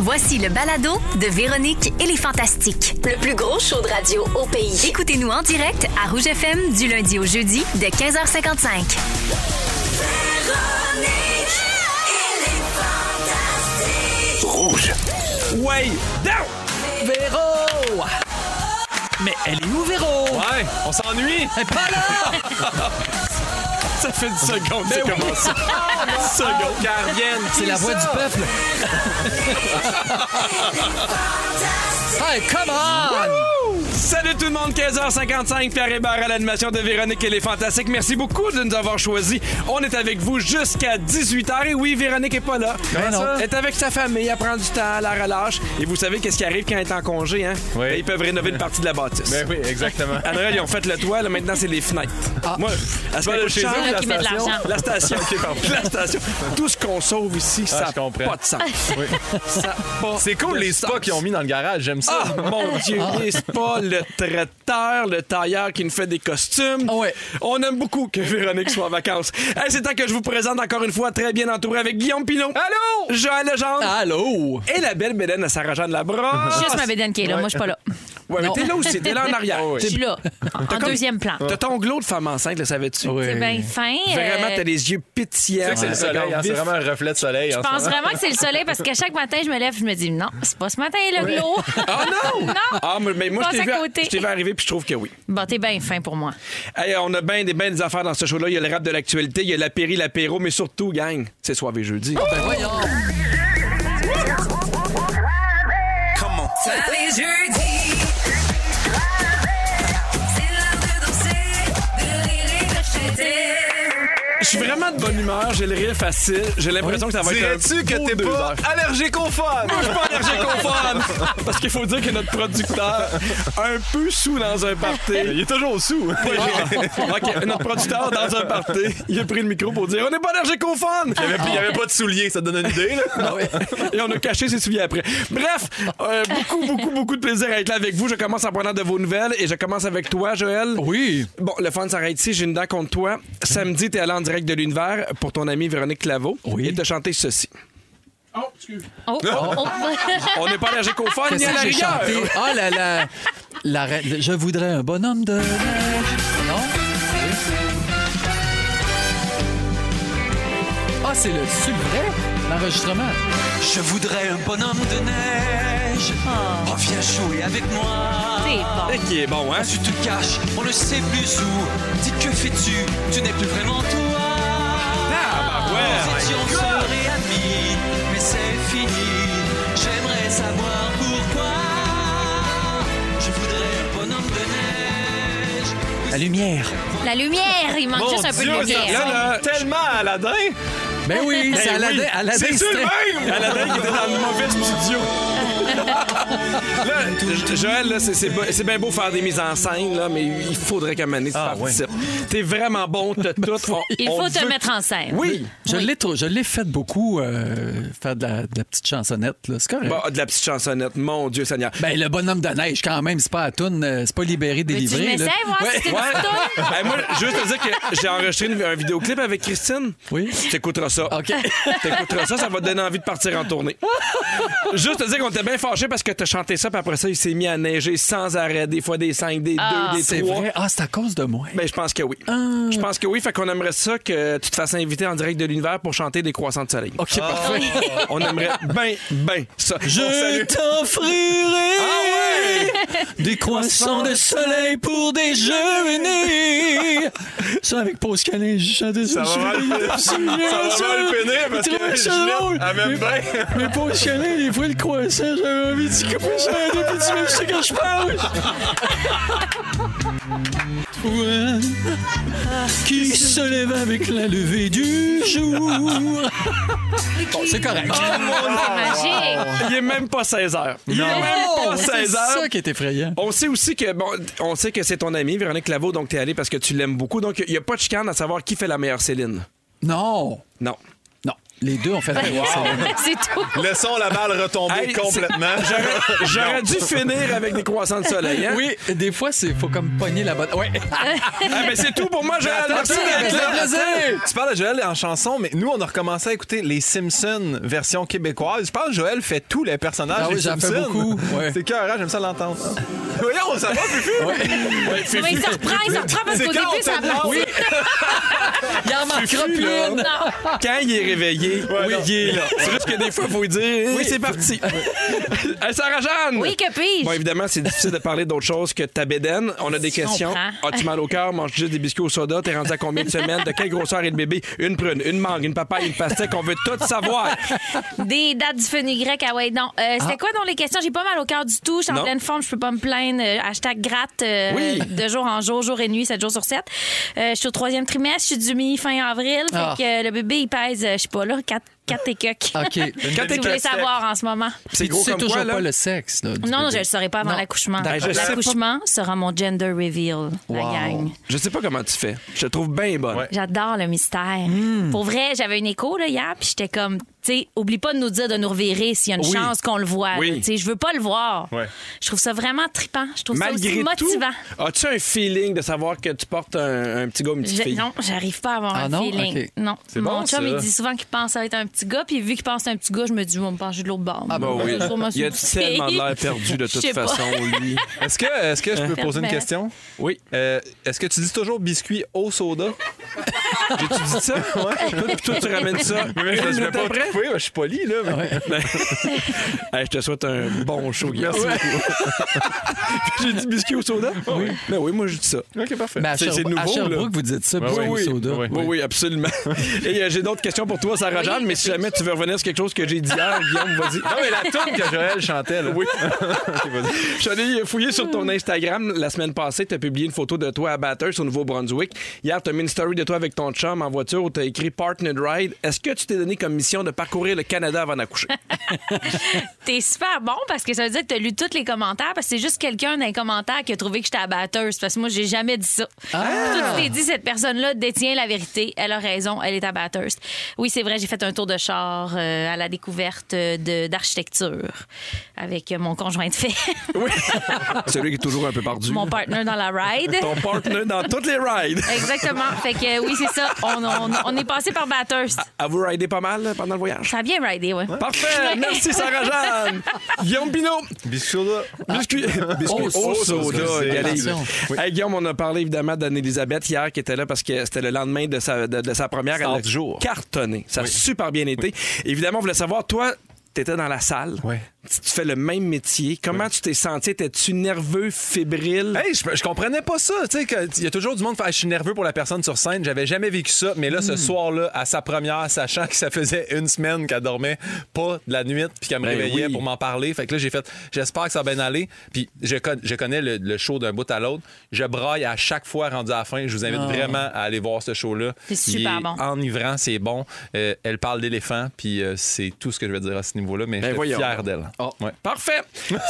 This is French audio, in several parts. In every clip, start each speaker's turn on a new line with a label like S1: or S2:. S1: Voici le balado de Véronique et les Fantastiques.
S2: Le plus gros show de radio au pays.
S1: Écoutez-nous en direct à Rouge FM du lundi au jeudi de 15h55.
S3: Rouge.
S4: Way down! Véro! Mais elle est où, Véro?
S5: Ouais, on s'ennuie.
S4: Elle est pas là!
S5: Ça
S4: Ah,
S5: fait une seconde, c'est comme ça. Une seconde. Qu'elle revienne.
S4: C'est la voix du peuple. hey, come on!
S5: Salut tout le monde, 15h55, Pierre Hébert à l'animation de Véronique et les Fantastiques. Merci beaucoup de nous avoir choisis. On est avec vous jusqu'à 18h. Et oui, Véronique est pas là.
S4: Ben non.
S5: Elle est avec sa famille, elle prend du temps, elle la relâche. Et vous savez qu'est-ce qui arrive quand elle est en congé, hein?
S6: Oui.
S5: Ben, ils peuvent rénover une partie de la bâtisse.
S6: Ben oui, exactement. Ah.
S5: André, ils ont fait le toit, là, maintenant c'est les fenêtres. Moi, à ce
S6: chez eux,
S7: là, qui met de l'argent.
S5: la station, la station. Tout ce qu'on sauve ici, ça
S6: Ah, je
S5: n'a
S6: comprends.
S5: pas de sens.
S6: Oui.
S5: Ça a pas
S6: C'est cool
S5: de
S6: les
S5: sens.
S6: spas qu'ils ont mis dans le garage, j'aime ça.
S5: Ah, mon Dieu, les spas, le traiteur, le tailleur qui nous fait des costumes.
S4: Ah ouais.
S5: On aime beaucoup que Véronique soit en vacances. Hey, c'est temps que je vous présente encore une fois très bien entouré avec Guillaume Pinot. Allô! Joël Legendre.
S4: Allô?
S5: Et la belle Mélène à Sarah-Jeanne Labrosse.
S7: Ah. Juste ma bédaine qui est là. Moi, je suis pas là. Oh,
S5: Ouais, mais
S4: Non.
S5: t'es là aussi, t'es là en arrière.
S6: Oh,
S7: Je suis
S5: T'es-
S7: là. En
S5: comme-
S7: deuxième plan.
S6: Ah.
S5: T'as ton glow de femme enceinte, le savais-tu?
S7: C'est bien fin. euh,
S5: Vraiment, t'as les yeux
S6: C'est
S5: pétillants.
S6: vrai que c'est le
S5: Regarde,
S6: soleil, hein, c'est
S5: vif.
S6: vraiment un reflet de soleil. hein.
S7: Je
S5: hein.
S7: pense vraiment que c'est le soleil parce qu'à chaque matin, je me lève je me dis non, c'est pas ce matin le glow.
S5: Ah non!
S7: Non.
S5: Ah, mais, mais moi,
S7: Passe
S5: je t'ai
S7: à
S5: vu,
S7: côté.
S5: je t'ai vu arriver puis je trouve que oui.
S7: Bon, t'es bien fin pour moi.
S5: Hey, on a bien des, ben des affaires dans ce show-là. Il y a le rap de l'actualité, il y a l'apéri, l'apéro, mais surtout, gang, c'est soir et jeudi.
S4: Ben voyons!
S5: Je suis vraiment de bonne humeur, j'ai le rire facile. J'ai l'impression que ça va être un
S6: Dirais-tu que
S5: beau
S6: t'es
S5: deux
S6: pas
S5: heures.
S6: allergique aux fans?
S5: Moi, je suis pas allergique aux fans! Parce qu'il faut dire que notre producteur, un peu sous dans un party...
S6: Il est toujours sous.
S5: OK, notre producteur, dans un party, il a pris le micro pour dire « On n'est pas allergique aux fans! »
S6: Il n'y avait, il y avait pas de souliers, ça te donne une idée. Là.
S5: Et on a caché ses souliers après. Bref, euh, beaucoup, beaucoup, beaucoup de plaisir à être là avec vous. Je commence en prenant de vos nouvelles et je commence avec toi, Joël.
S4: Oui!
S5: Bon, le fun s'arrête ici. J'ai une dent contre toi. Samedi, t'es allé en direct de l'univers pour ton ami Véronique Claveau.
S4: Oui.
S5: Il t'a chanté ceci.
S7: Oh, oh, oh.
S5: On n'est pas allergique aux fans, ni
S4: Qu'est-ce
S5: à
S4: que
S5: la
S4: j'ai
S5: rigueur.
S4: chanté? Oh là là! La reine- Je voudrais un bonhomme de neige. Non? Ah, c'est le c'est vrai? L'enregistrement.
S8: Je voudrais un bonhomme de neige.
S4: Ah.
S8: Oh, viens jouer avec moi.
S7: C'est bon.
S5: Eh, Qui est bon, hein?
S8: Tu te caches, on ne sait plus où. Dis que fais-tu Tu n'es plus vraiment toi.
S5: Ah, bah
S8: Nous
S5: ouais.
S4: Oh
S8: étions sœurs et amis, mais c'est fini. J'aimerais savoir pourquoi. Je voudrais un bonhomme de neige.
S4: La lumière.
S7: La lumière, il manque juste un peu de lumière.
S5: Là, là,
S6: tellement à Aladdin.
S4: Ben oui, c'est
S5: oui.
S4: Aladdin. Aladdin,
S6: C'est-tu
S4: c'était-
S6: le même?
S5: Aladdin qui était dans le mauvais studio. là, Jo- Joël, là, c'est- c'est be- c'est bien beau faire des mises en scène, là, mais il faudrait qu'à Mané tu
S4: Ah,
S5: participes. T'es vraiment bon, t'as tout. On-
S7: Il
S5: on
S7: faut te
S5: veut-
S7: mettre en scène.
S5: Oui!
S4: Je l'ai trop- je l'ai fait beaucoup, euh, faire de la, de la petite chansonnette. là. C'est correct.
S5: Bah, de la petite chansonnette, mon Dieu Seigneur.
S4: Ben, le bonhomme de neige, quand même, c'est pas à toune, euh, c'est pas libéré,
S7: Veux-tu que je
S4: délivré. là.
S7: m'essaie, voir si c'est une
S5: Ouais.
S7: photo?
S5: Ben, moi, juste te dire que j'ai enregistré une- un vidéoclip avec Christine.
S4: Oui.
S5: T'écouteras ça.
S4: OK.
S5: T'écouteras ça, ça va te donner envie de partir en tournée. Juste te dire qu'on était bien fâchés parce que t'as chanté ça, puis après ça, il s'est mis à neiger sans arrêt, des fois des 5, des 2,
S4: C'est
S5: des 3.
S4: vrai. Ah, c'est à cause de moi. Ah.
S5: Ben, je pense que oui. Je pense que oui. Fait qu'on aimerait ça que tu te fasses inviter en direct de l'univers pour chanter des croissants de soleil. Ah.
S4: OK, parfait.
S5: On aimerait ben, ben ça. On
S4: Je
S5: salue-
S4: t'offrirai
S6: Ah
S4: des croissants de soleil pour déjeuner. Ça, avec Pause Canin, je chante des
S6: Ça va mal finir. Ça va mal finir parce que Ginette, elle m'aime bien.
S4: Mais Pause Canin, des fois, le croissant, j'avais envie de couper ça en deux, puis tu me sais quand je parle. Toi, qui se lève avec la levée du jour. Bon, c'est correct.
S7: C'est magique.
S5: Il est même pas 16 heures. Il est même pas
S4: Oh,
S5: 16
S4: C'est
S5: heures.
S4: ça qui est effrayant.
S5: On sait aussi que bon, on sait que c'est ton ami Véronique Laveau, donc t'es allé parce que tu l'aimes beaucoup. Donc il y a pas de chicane à savoir qui fait la meilleure Céline.
S4: Non.
S5: Non.
S4: Non. Les deux ont fait la
S7: C'est tout.
S6: Laissons la balle retomber
S5: Hey, c'est-
S6: complètement.
S5: J'aurais- J'aurais dû finir avec des croissants de soleil. hein?
S4: Oui, des fois, c'est faut comme pogner la botte. Ouais.
S5: Ah, ben, c'est tout pour moi, Joël. Merci
S4: attends,
S5: d'être
S4: mais
S5: là.
S4: attends. plaisir.
S6: Tu parles de Joël en chanson, mais nous, on a recommencé à écouter les Simpsons version québécoise. Je pense que Joël fait tous les personnages
S4: Ah oui,
S6: des
S4: j'en fais
S6: Simpsons.
S4: beaucoup, ouais.
S6: C'est cœur, j'aime ça l'entendre. Voyons, ça va, Fufu?
S7: Non, mais il se reprend, il se reprend parce
S6: C'est
S7: qu'au
S6: quand
S7: début,
S6: on
S7: ça
S6: te demande.
S7: a
S6: Oui.
S4: Il en manquera plus une.
S5: Quand il est réveillé,
S6: Ouais,
S5: oui,
S6: non.
S5: il est là. C'est juste que des fois, il faut lui dire Oui, c'est parti. hey, Sarah-Jeanne!
S7: Oui, que pige.
S5: Bon, évidemment, c'est difficile de parler d'autre chose que ta bédaine. On a des
S7: Je
S5: questions.
S7: comprends.
S5: As-tu mal au cœur? Manges-tu juste des biscuits au soda? T'es rendu à combien de semaines? De quelle grosseur est le bébé? Une prune, une mangue, une papaye, une pastèque. On veut tout savoir.
S7: Des dates du fenugrec à ouais, non. Euh, C'était quoi dans les questions? J'ai pas mal au cœur du tout. Je suis en
S5: Ah. Non.
S7: pleine forme, je peux pas me plaindre. Euh, hashtag gratte euh,
S5: Oui.
S7: de jour en jour, jour et nuit, 7 jours sur 7. je suis au troisième trimestre, je suis du mi-fin avril.
S4: Ah.
S7: Fait que euh, le bébé, il pèse, euh, je sais pas là, 4, et quelques.
S4: OK.
S5: Quand
S7: Si
S5: t'es
S7: vous voulez
S5: pastèque.
S7: savoir en ce moment.
S5: C'est
S4: tu
S5: gros
S4: sais
S5: comme
S4: toujours
S5: quoi,
S4: pas
S5: là?
S4: le sexe. Là, du
S7: Non, non,
S4: bébé.
S7: je le saurai pas avant
S4: Non.
S7: l'accouchement.
S5: Ben, je sais pas.
S7: L'accouchement sera mon gender reveal, la
S4: Wow.
S7: gang.
S5: Je sais pas comment tu fais. Je te trouve bien bonne.
S6: Ouais.
S7: J'adore le mystère.
S5: Hmm.
S7: Pour vrai, j'avais une écho là, hier, puis j'étais comme, tu sais, oublie pas de nous dire de nous revirer s'il y a une
S5: Oui.
S7: chance qu'on le voit. là.
S5: Oui.
S7: Tu sais, je veux pas le voir.
S6: Ouais.
S7: Je trouve ça vraiment trippant. Je trouve
S5: Malgré
S7: ça aussi
S5: tout,
S7: motivant.
S5: as-tu un feeling de savoir que tu portes un, un petit gars ou une petite
S7: Je-
S5: fille?
S7: non, j'arrive pas à avoir
S4: Ah
S7: un
S4: non?
S7: feeling.
S4: Ok.
S7: Non.
S6: C'est
S7: Mon
S6: bon,
S7: chum,
S6: ça.
S7: il dit souvent qu'il pense à être un petit gars, puis vu qu'il pense à un petit gars, je me dis, on me pencher de l'autre bord.
S5: Ah, bah
S7: Moi,
S5: oui.
S7: je trouve moi,
S5: Il a
S7: je suis une
S5: tellement
S7: fille.
S5: l'air perdu de
S7: Je
S5: toute
S7: sais pas.
S5: façon, lui.
S6: Est-ce que, est-ce que je peux poser une
S7: Fermez.
S6: question?
S5: Oui.
S6: Euh, est-ce que tu dis toujours biscuit au soda?
S5: J'ai-tu dit ça? Toi, toi, tu ramènes ça.
S6: Je
S5: Une
S6: vais
S5: minute
S6: pas
S5: après?
S6: couper, je suis poli, là. mais-
S5: Hey, je te souhaite un bon show, Guillaume.
S6: Merci
S5: J'ai dit biscuit au soda? Oui. Ben oui, moi, je dis ça.
S6: OK, parfait.
S4: Mais à,
S5: C'est-
S4: Sher-
S5: c'est nouveau,
S4: à Sherbrooke,
S5: là.
S4: vous dites ça, Bah, biscuit
S6: oui,
S4: au
S6: oui.
S4: soda.
S6: Oui.
S5: Oui, oui, absolument. Et euh, j'ai d'autres questions pour toi, Sarah-Jeanne, mais si jamais tu veux revenir sur quelque chose que j'ai dit hier, Guillaume, vas-y.
S6: Non, mais la tune que Joël chantait, là. Oui.
S5: Je suis allé fouiller sur ton Instagram la semaine passée. Tu as publié une photo de toi à Bathurst, au Nouveau-Brunswick. Hier, tu as mis une story de toi avec ton chum en voiture où tu as écrit Partnered Ride. Est-ce que tu t'es donné comme mission de parcourir le Canada avant d'accoucher?
S7: T'es super bon parce que ça veut dire que t'as lu tous les commentaires parce que c'est juste quelqu'un dans les commentaires qui a trouvé que j'étais abatteuse parce que moi j'ai jamais dit ça. Tout est dit, cette personne-là détient la vérité. Elle a raison, elle est abatteuse. Oui, c'est vrai, j'ai fait un tour de char euh, à la découverte euh, de- d'architecture avec euh, mon conjoint de fait,
S5: oui. Celui qui est toujours un peu perdu.
S7: mon partner dans la ride.
S5: Ton partner dans toutes les rides.
S7: Exactement. Fait que euh, oui, c'est ça. On, on- on est passé par batteuse.
S5: À vous rider pas mal euh, pendant le voyage?
S7: Ça a bien ridé, ouais.
S5: Parfait! Merci, Sarah-Jeanne! Guillaume Pinot!
S6: Biscuit au soda.
S5: Biscuit, biscuit
S4: oh,
S5: au
S6: soda,
S5: soda, Galive.
S4: attention.
S5: Hey, Guillaume, on a parlé évidemment d'Anne-Elisabeth hier qui était là parce que c'était le lendemain de sa, de, de sa première. Elle
S6: Star
S5: a
S6: du jour.
S5: cartonné. Ça a super bien été. Évidemment, on voulait savoir, toi, t'étais dans la salle.
S6: Ouais.
S5: Tu tu fais le même métier. Comment tu t'es senti? Étais-tu nerveux, fébrile?
S6: Hey, je, je comprenais pas ça. Tu sais, que- il y a toujours du monde. fait, Ah, je suis nerveux pour la personne sur scène. J'avais jamais vécu ça. Mais là, ce soir-là, à sa première, sachant que ça faisait une semaine qu'elle dormait pas de la nuit, puis qu'elle me
S5: Ben
S6: réveillait
S5: oui.
S6: pour m'en parler. Fait que là, j'ai fait, j'espère que ça va bien aller. Puis je, con- je connais le, le show d'un bout à l'autre. Je braille à chaque fois rendu à la fin. Je vous invite vraiment à aller voir ce show-là.
S7: C'est
S6: Il
S7: super
S6: est
S7: bon.
S6: Enivrant, c'est bon. Euh, elle parle d'éléphant, puis euh, c'est tout ce que je vais dire à ce niveau-là. Mais
S5: Ben
S6: je suis
S5: voyons.
S6: fier d'elle. Oh, Ouais.
S5: Parfait.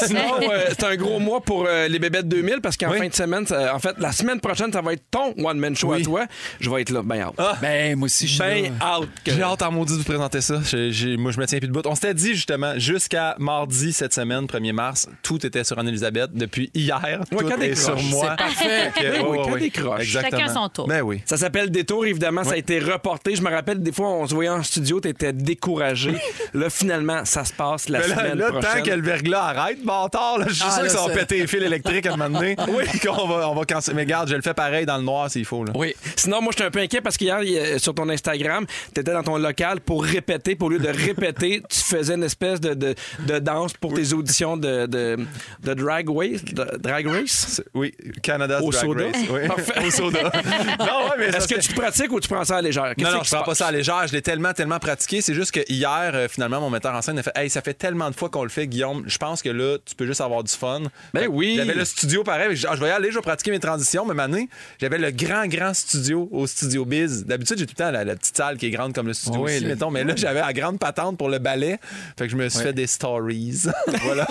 S5: Sinon, euh, c'est un gros mois pour euh, les bébêtes 2000 parce qu'en
S6: Oui.
S5: fin de semaine, ça- en fait, la semaine prochaine, ça va être ton one-man show
S6: Oui. Ah,
S5: à toi. Je vais être là, ben out.
S4: Ben, moi aussi, je suis
S5: Ben
S4: là.
S5: out. que-
S6: J'ai hâte en maudit de vous présenter ça. J'ai- j'ai- moi, je me tiens plus de bout. On s'était dit, justement, jusqu'à mardi cette semaine, 1er mars, tout était sur Anne-Elisabeth. Depuis hier,
S5: Ouais,
S6: tout
S5: quand
S6: est
S5: décroche,
S6: sur
S5: c'est
S6: moi.
S5: parfait.
S6: Fait que,
S5: Ben oui,
S6: ouais,
S5: quand
S6: ouais.
S5: décroche.
S6: Exactement.
S7: Chacun son tour.
S6: Ben oui.
S5: Ça s'appelle Détour, évidemment, ça a été reporté. Je me rappelle, des fois, on se voyait en studio, t'étais découragé. là, finalement, ça se passe la
S6: Mais là,
S5: semaine
S6: là,
S5: prochaine.
S6: tant que le verglas arrête, bâtard, là, je suis
S4: Ah,
S6: sûr
S4: là,
S6: que ça va
S4: c'est-
S6: péter les fils électriques à un moment donné. Oui. qu'on va, on va canceller. Mais regarde, je le fais pareil dans le noir s'il faut. Là.
S5: Oh.
S4: Oui.
S5: Sinon, moi, j'étais un peu inquiet parce qu'hier, il y a- sur ton Instagram, t'étais dans ton local pour répéter. Pour lieu de répéter, tu faisais une espèce de, de, de danse pour tes auditions de, de, de drag, race, de- drag race.
S6: C'est- Oui, Canada's
S5: Au
S6: Drag
S5: soda.
S6: Race. Oui.
S5: Parfait.
S6: Au soda. non, ouais, mais ça,
S5: Est-ce que
S6: c'est-
S5: tu te pratiques ou tu prends ça à la légère? Qu'est-ce
S6: Non, non,
S5: qui
S6: je
S5: se
S6: prends pas
S5: passe?
S6: ça à la légère. Je l'ai tellement, tellement pratiqué. C'est juste que hier, euh, finalement, mon metteur en scène a fait Hey, ça fait tellement de fois qu'on le fait, Guillaume. Je pense que là, tu peux juste avoir du fun.
S5: Ben
S6: Fait que
S5: oui.
S6: J'avais le studio pareil. Je, dis, Ah, je vais y aller, je vais pratiquer mes transitions. Même année, j'avais le grand, grand studio au Studio Biz. D'habitude, j'ai tout le temps la, la petite salle qui est grande comme le studio
S4: Oui,
S6: aussi,
S4: le-
S6: mettons. Mais là, j'avais la grande patente pour le ballet. Fait que je me suis fait des stories. voilà.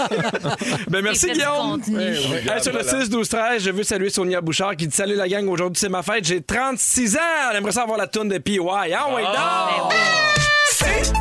S5: Ben, merci,
S7: T'es fait du
S5: Guillaume.
S7: contenu.
S5: Ouais, ouais. Hey, sur le
S6: Voilà.
S5: 6, 12, 13, je veux saluer Sonia Bouchard qui dit Salut la gang, aujourd'hui c'est ma
S7: Ben
S5: fête, j'ai 36 ans. Elle aimerait ça avoir la toune de PY. Ah, ouais, hein, donc!
S2: C'est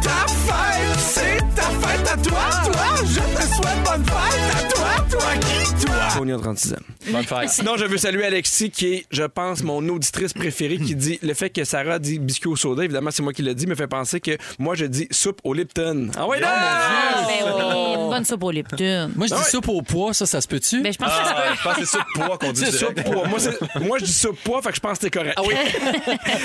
S5: pognon 36 ans.
S6: Bonne fête.
S5: Sinon, je veux saluer Alexis, qui est, je pense, mon auditrice préférée, qui dit le fait que Sarah dit biscuit au soda, évidemment, c'est moi qui l'ai dit, me fait penser que moi, je dis soupe au Lipton. Ah ouais, non!
S7: Ah, ben oui, une bonne soupe au Lipton.
S4: Moi, je dis soupe au poids, ça, ça se peut-tu?
S7: Ben, je pense que ça se
S6: Ah,
S7: peut.
S6: je pense que c'est ça le poids qu'on dit.
S5: C'est soupe
S6: direct.
S5: poids. Moi, c'est- moi, je dis soupe poids, fait que je pense que t'es correct.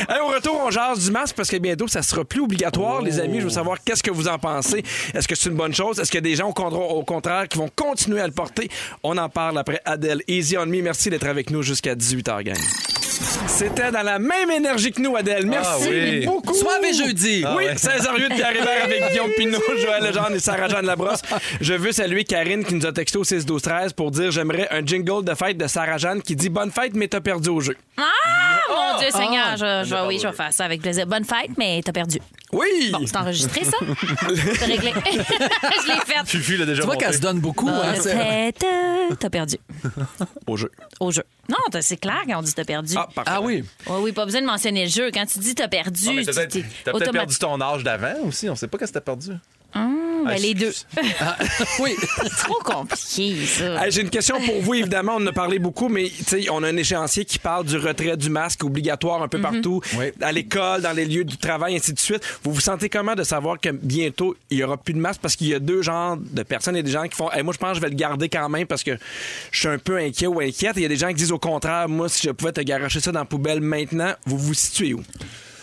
S5: Ah oui. au retour, on jase du masque parce que bientôt, ça sera plus obligatoire, les amis. Je veux savoir qu'est-ce que vous en pensez. Est-ce que c'est une bonne chose? Est-ce que des gens, au contra- au contraire, qui vont continuer à le porter? On en parle après Adèle. Easy on me. Merci d'être avec nous jusqu'à 18h, gang. C'était dans la même énergie que nous, Adèle. Merci
S6: Ah oui.
S5: beaucoup.
S4: Soir et jeudi. Ah
S5: Oui, 16h08, Pierre Hébert avec Guillaume Pinot, Joël Legendre et Sarah-Jeanne Labrosse. Je veux saluer Karine qui nous a texté au 6-12-13 pour dire j'aimerais un jingle de fête de Sarah-Jeanne qui dit bonne fête, mais t'as perdu au jeu.
S7: Ah, mon Dieu Seigneur, je, je vais- oui, je vais faire ça avec plaisir. Bonne fête, mais t'as perdu.
S5: Oui!
S7: Bon, c'est enregistré, ça? C'est réglé. je l'ai fait.
S6: Fufu l'a déjà
S4: Tu vois
S6: monté.
S4: qu'elle se donne beaucoup. hein,
S7: Bonne
S4: c'est-
S7: fête, euh, t'as perdu
S5: au jeu.
S7: au jeu. Non, t'as- c'est clair quand on dit t'as perdu.
S5: Ah, parfait.
S4: Ah oui.
S7: Oui, oui, pas besoin de mentionner le jeu. Quand tu dis t'as perdu,
S6: Ah, mais
S7: tu
S6: T'as peut-être
S7: t'es
S6: t'as peut-être
S7: automatique-
S6: perdu ton âge d'avant aussi. On sait pas qu'est-ce que t'as perdu.
S7: Ben,
S6: Ah,
S7: les deux.
S4: Ah, oui.
S7: Trop compliqué, ça.
S5: Hey, Ah, J'ai une question pour vous, évidemment. On en a parlé beaucoup, mais tu sais, on a un échéancier qui parle du retrait du masque obligatoire un peu partout,
S4: Oui.
S5: à l'école, dans les lieux du travail, ainsi de suite. Vous vous sentez comment de savoir que bientôt, il n'y aura plus de masque? Parce qu'il y a deux genres de personnes. Il y a des gens qui font Hey, Moi, je pense que je vais le garder quand même parce que je suis un peu inquiet ou inquiète. Et Il y a des gens qui disent au contraire Moi, si je pouvais te garocher ça dans la poubelle maintenant, vous vous situez où?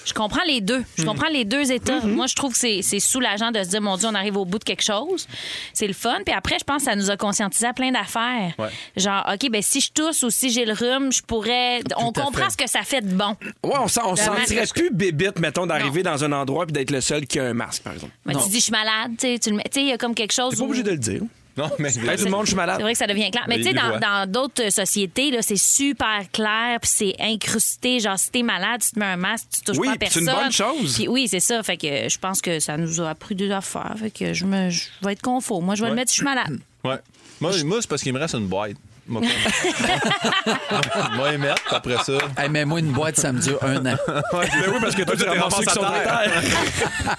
S7: Je comprends les deux. Je
S5: Mm.
S7: comprends les deux états.
S5: Mm-hmm.
S7: Moi, je trouve que c'est- c'est soulageant de se dire, mon Dieu, on arrive au bout de quelque chose. C'est le fun. Puis après, je pense que ça nous a conscientisé à plein d'affaires.
S6: Ouais.
S7: Genre, OK, ben si je tousse ou si j'ai le rhume, je pourrais. on
S4: à
S7: comprend
S4: fait.
S7: ce que ça fait de bon.
S5: Ouais, on ne sentirait
S7: masque.
S5: plus bébite, mettons, d'arriver dans un endroit et d'être le seul qui a un masque, par exemple.
S7: Mais tu dis, je suis malade. Tu sais, tu le mets- tu sais, il y a comme quelque chose.
S5: T'es pas
S7: où-
S5: obligé de le dire.
S6: Non, mais.
S5: Hey, tout le monde, je suis malade.
S7: C'est vrai que ça devient clair. Mais
S6: Mais
S7: tu sais,
S6: il le
S7: dans
S6: voit.
S7: dans d'autres euh, sociétés, là, c'est super clair, puis c'est incrusté. Genre, si t'es malade, tu te mets un masque, tu touches
S5: Oui,
S7: pas à
S5: puis c'est
S7: personne.
S5: une bonne chose.
S7: Puis oui, c'est ça. Fait que euh, je pense que ça nous a appris des affaires. Fait que je, me, je vais être confort. Moi, je vais le mettre si je suis malade.
S6: Ouais. Moi, moi c'est parce qu'il me reste une boîte. Moi, Moi, y mettre, puis après ça.
S4: Hey, mais moi, une boîte, ça me dure un an.
S5: Ben oui, parce que toi,
S6: Toi,
S5: tu
S6: t'es
S5: ramasses ceux qui sont
S6: ramassé
S5: par terre.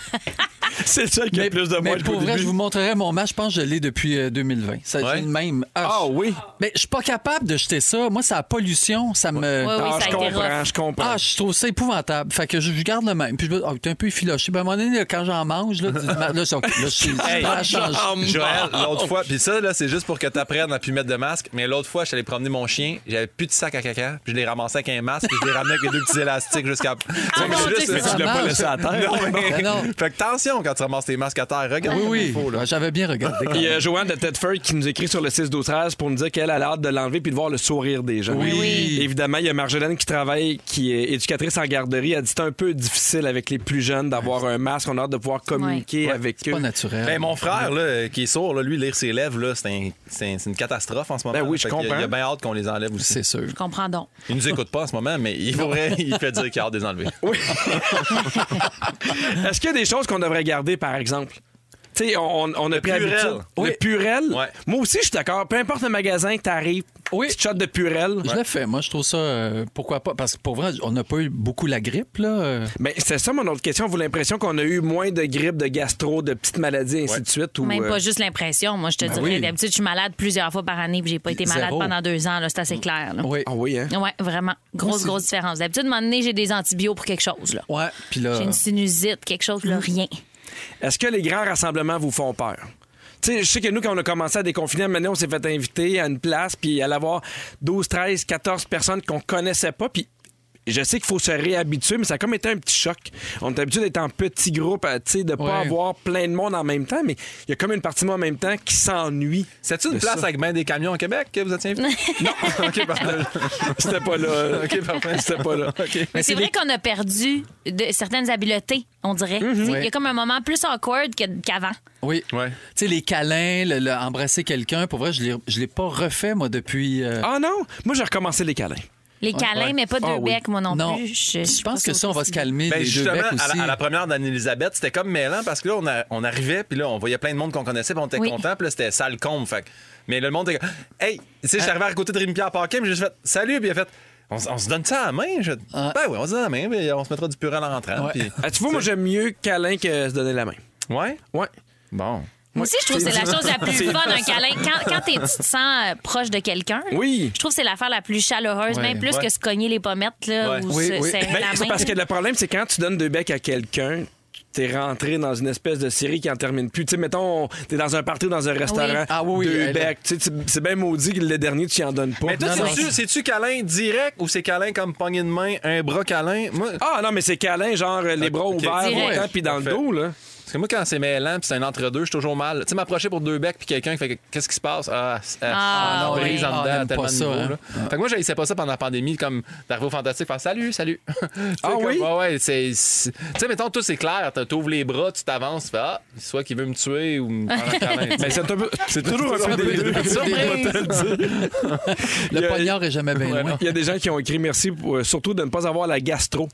S5: C'est le seul qui a plus de moi
S4: mais pour vrai, je vous montrerai mon masque. Je pense que je l'ai depuis euh, 2020. Ça,
S6: Ouais.
S4: j'ai le même. Ah,
S5: Ah oui.
S4: Mais je suis pas capable de jeter ça. Moi, ça a pollution. Ça me.
S7: Ouais, oui,
S5: Ah,
S7: ça a
S5: je
S7: été
S5: comprends,
S7: rough.
S5: je comprends.
S4: Ah, je trouve ça épouvantable. Fait que je, je garde le même. Puis je me dis, Ah, t'es un peu effiloché. Ben, à un moment donné, là, quand j'en mange, là, tu dis, là, c'est ok. Là, je suis
S6: Hey,
S9: Ah,
S4: prêt à changer.
S6: Joël, l'autre fois, puis ça, là, c'est juste pour que t'apprennes à plus mettre de masque. Mais l'autre fois, je suis allé promener mon chien, j'avais plus de sac à caca, puis je l'ai ramassé avec un masque, puis je l'ai ramené avec les deux petits élastiques jusqu'à.
S7: Ah, mon Dieu,
S6: mais
S7: que ça
S6: tu l'as pas
S4: marche.
S6: laissé à terre. Non, mais-
S4: Ben non.
S6: Fait que attention quand tu ramasses tes masques à terre. Regarde. comme
S4: Oui,
S6: il faut,
S4: oui.
S6: là.
S4: Ouais, J'avais bien regardé.
S5: Il y a Joanne de Tedford qui nous écrit sur le 6 12 13 pour nous dire qu'elle a hâte de l'enlever puis de voir le sourire des gens.
S4: Oui. Oui.
S5: Évidemment, il y a Marjolaine qui travaille, qui est éducatrice en garderie. Elle dit c'est un peu difficile avec les plus jeunes d'avoir un masque. On a hâte de pouvoir communiquer avec
S4: C'est
S5: eux.
S4: pas naturel.
S5: Euh,
S6: Ben, mon frère, là, qui est sourd, là, lui, lire ses lèvres, là, c'est, un- c'est un- c'est une catastrophe en ce moment.
S5: Ben oui, je
S6: Fait qu'il y a-
S5: comprends.
S6: Il a bien hâte qu'on les enlève aussi.
S4: c'est sûr.
S7: Je comprends donc.
S6: Il nous écoute pas en ce moment, mais il pourrait, il fait dire qu'il a hâte de les enlever.
S5: Oui. Est-ce qu'il y a des choses qu'on devrait garder, par exemple? Tu sais, on, on a pris
S6: purel.
S5: habitude.
S4: Oui.
S5: Le purel.
S6: Ouais.
S5: Moi aussi, je suis d'accord. Peu importe le magasin que t'arrives,
S4: Oui.
S5: petite shot de purel.
S4: Je l'ai fait. Moi, je trouve ça. euh, pourquoi pas? Parce que pour vrai, on n'a pas eu beaucoup la grippe, là. euh.
S5: Mais c'est ça mon autre question. Vous l'impression qu'on a eu moins de grippe, de gastro, de petites maladies, ainsi
S6: Ouais.
S5: de suite? Ou,
S7: Même
S5: euh,
S7: pas juste l'impression. Moi, je te
S4: Ben
S7: dirais,
S4: oui.
S7: d'habitude, je suis malade plusieurs fois par année, puis j'ai pas été malade
S4: Zéro.
S7: pendant deux ans. là. C'est assez clair. là.
S4: Oui.
S5: Ah oui, hein?
S7: Ouais, vraiment. Grosse, grosse différence. D'habitude, à un moment donné, j'ai des antibiotiques pour quelque chose. Là.
S4: Ouais. Puis là.
S5: Ah.
S7: J'ai une sinusite, quelque chose, là, rien.
S5: Est-ce que les grands rassemblements vous font peur? Tu sais, je sais que nous, quand on a commencé à déconfiner, maintenant, on s'est fait inviter à une place, puis il allait avoir 12, 13, 14 personnes qu'on connaissait pas, puis je sais qu'il faut se réhabituer, mais ça a comme été un petit choc. On est habitué d'être en petit groupe, euh, tu sais, de
S4: Ouais.
S5: pas avoir plein de monde en même temps, mais il y a comme une partie de moi en même temps qui s'ennuie.
S6: C'est-tu une
S5: de
S6: place
S5: ça.
S6: avec bien des camions au Québec que vous étiez invité? non. OK, pardon.
S5: C'était pas là. OK, parfait. C'était pas là.
S7: Mais c'est vrai qu'on a perdu de, certaines habiletés, on dirait. Tu sais, Il y
S4: Ouais.
S7: a comme un moment plus awkward que- qu'avant.
S4: Oui.
S6: Ouais.
S4: Tu sais, les câlins, le, le embrasser quelqu'un, pour vrai, je l'ai- je l'ai pas refait, moi, depuis. euh,
S5: Ah non? Moi, j'ai recommencé les câlins.
S7: Les câlins, mais pas deux
S5: Ah oui.
S7: becs, moi non,
S4: non.
S7: plus.
S4: Je,
S7: suis
S4: pense
S7: pas
S4: que ça, on va se calmer
S6: Ben,
S4: les deux
S6: justement,
S4: becs
S6: à,
S4: aussi.
S6: la, à la première d'Anne-Elisabeth, c'était comme mêlant parce que là, on, a- on arrivait, puis là, on voyait plein de monde qu'on connaissait, puis on était
S7: Oui.
S6: content, puis là, c'était sale combe. Fait. que- Mais là, le monde était comme, Hey, tu sais, je suis arrivé à côté de Rémi-Pierre Paquet, mais j'ai juste fait Salut, puis il a fait On, s- on se donne ça à la main. Je...
S4: Ah.
S6: Ben oui, on se donne à la main, puis on se mettra du purée en rentrant.
S4: Ouais.
S6: puis-
S5: Ah, tu vois, moi, j'aime mieux câlin que se donner la main.
S6: Ouais?
S5: Ouais.
S4: Oh,
S6: Bon.
S7: Moi aussi, je trouve que c'est la chose la plus fun, un câlin. Quand, quand t'es- tu te sens euh, proche de quelqu'un,
S5: Oui.
S7: je trouve que c'est l'affaire la plus chaleureuse, même plus
S6: ouais.
S7: que se cogner les pommettes là,
S6: Ouais.
S7: ou
S5: Oui,
S7: se
S5: oui.
S7: serrer
S5: Ben,
S7: Eh, la
S5: c'est
S7: main.
S5: parce que le problème, c'est quand tu donnes deux becs à quelqu'un, t'es rentré dans une espèce de série qui en termine plus. Tu sais, mettons, on- t'es dans un party ou dans un restaurant,
S9: Ah oui, oui,
S5: deux
S9: elle-
S5: becs. Tu sais, tu- c'est bien maudit que le dernier, tu y en donnes pas.
S6: Mais toi,
S9: Non,
S6: c'est-tu-
S9: non.
S6: c'est-tu câlin direct ou c'est câlin comme poignée de main, un bras câlin? Moi,
S5: Ah non, mais c'est câlin, genre euh, les bras
S6: Ok.
S5: ouverts,
S7: Direct.
S5: longtemps, puis dans le
S6: Parfait.
S5: dos, là.
S6: parce que moi, quand c'est mêlant puis c'est un entre-deux, je suis toujours mal. Tu sais, m'approcher pour deux becs puis quelqu'un qui fait que, qu'est-ce qui se passe? Ah, c'est-
S7: Ah,
S6: ça
S7: oui.
S6: brise
S9: Ah,
S6: en
S9: on
S6: dedans à
S9: aime
S6: tellement
S9: pas
S6: de
S9: ça,
S6: niveaux,
S9: hein.
S6: là. Fait que moi, j'haïssais pas ça pendant la pandémie, comme d'arriver au fantastique, faire salut, salut. Tu sais, comme,
S5: oui?
S6: Ouais, ouais, c'est. c'est- Tu sais, mettons, tout c'est clair. t'as- T'ouvres les bras, tu t'avances, tu fais ah, soit qu'il veut me tuer ou me prendre un câlin.
S5: Mais c'est un peu- c'est toujours un peu des deux. Il y
S9: Le
S5: a-
S9: poignard est jamais bien loin.
S5: Il y a des gens qui ont écrit merci, pour- euh, surtout de ne pas avoir la gastro.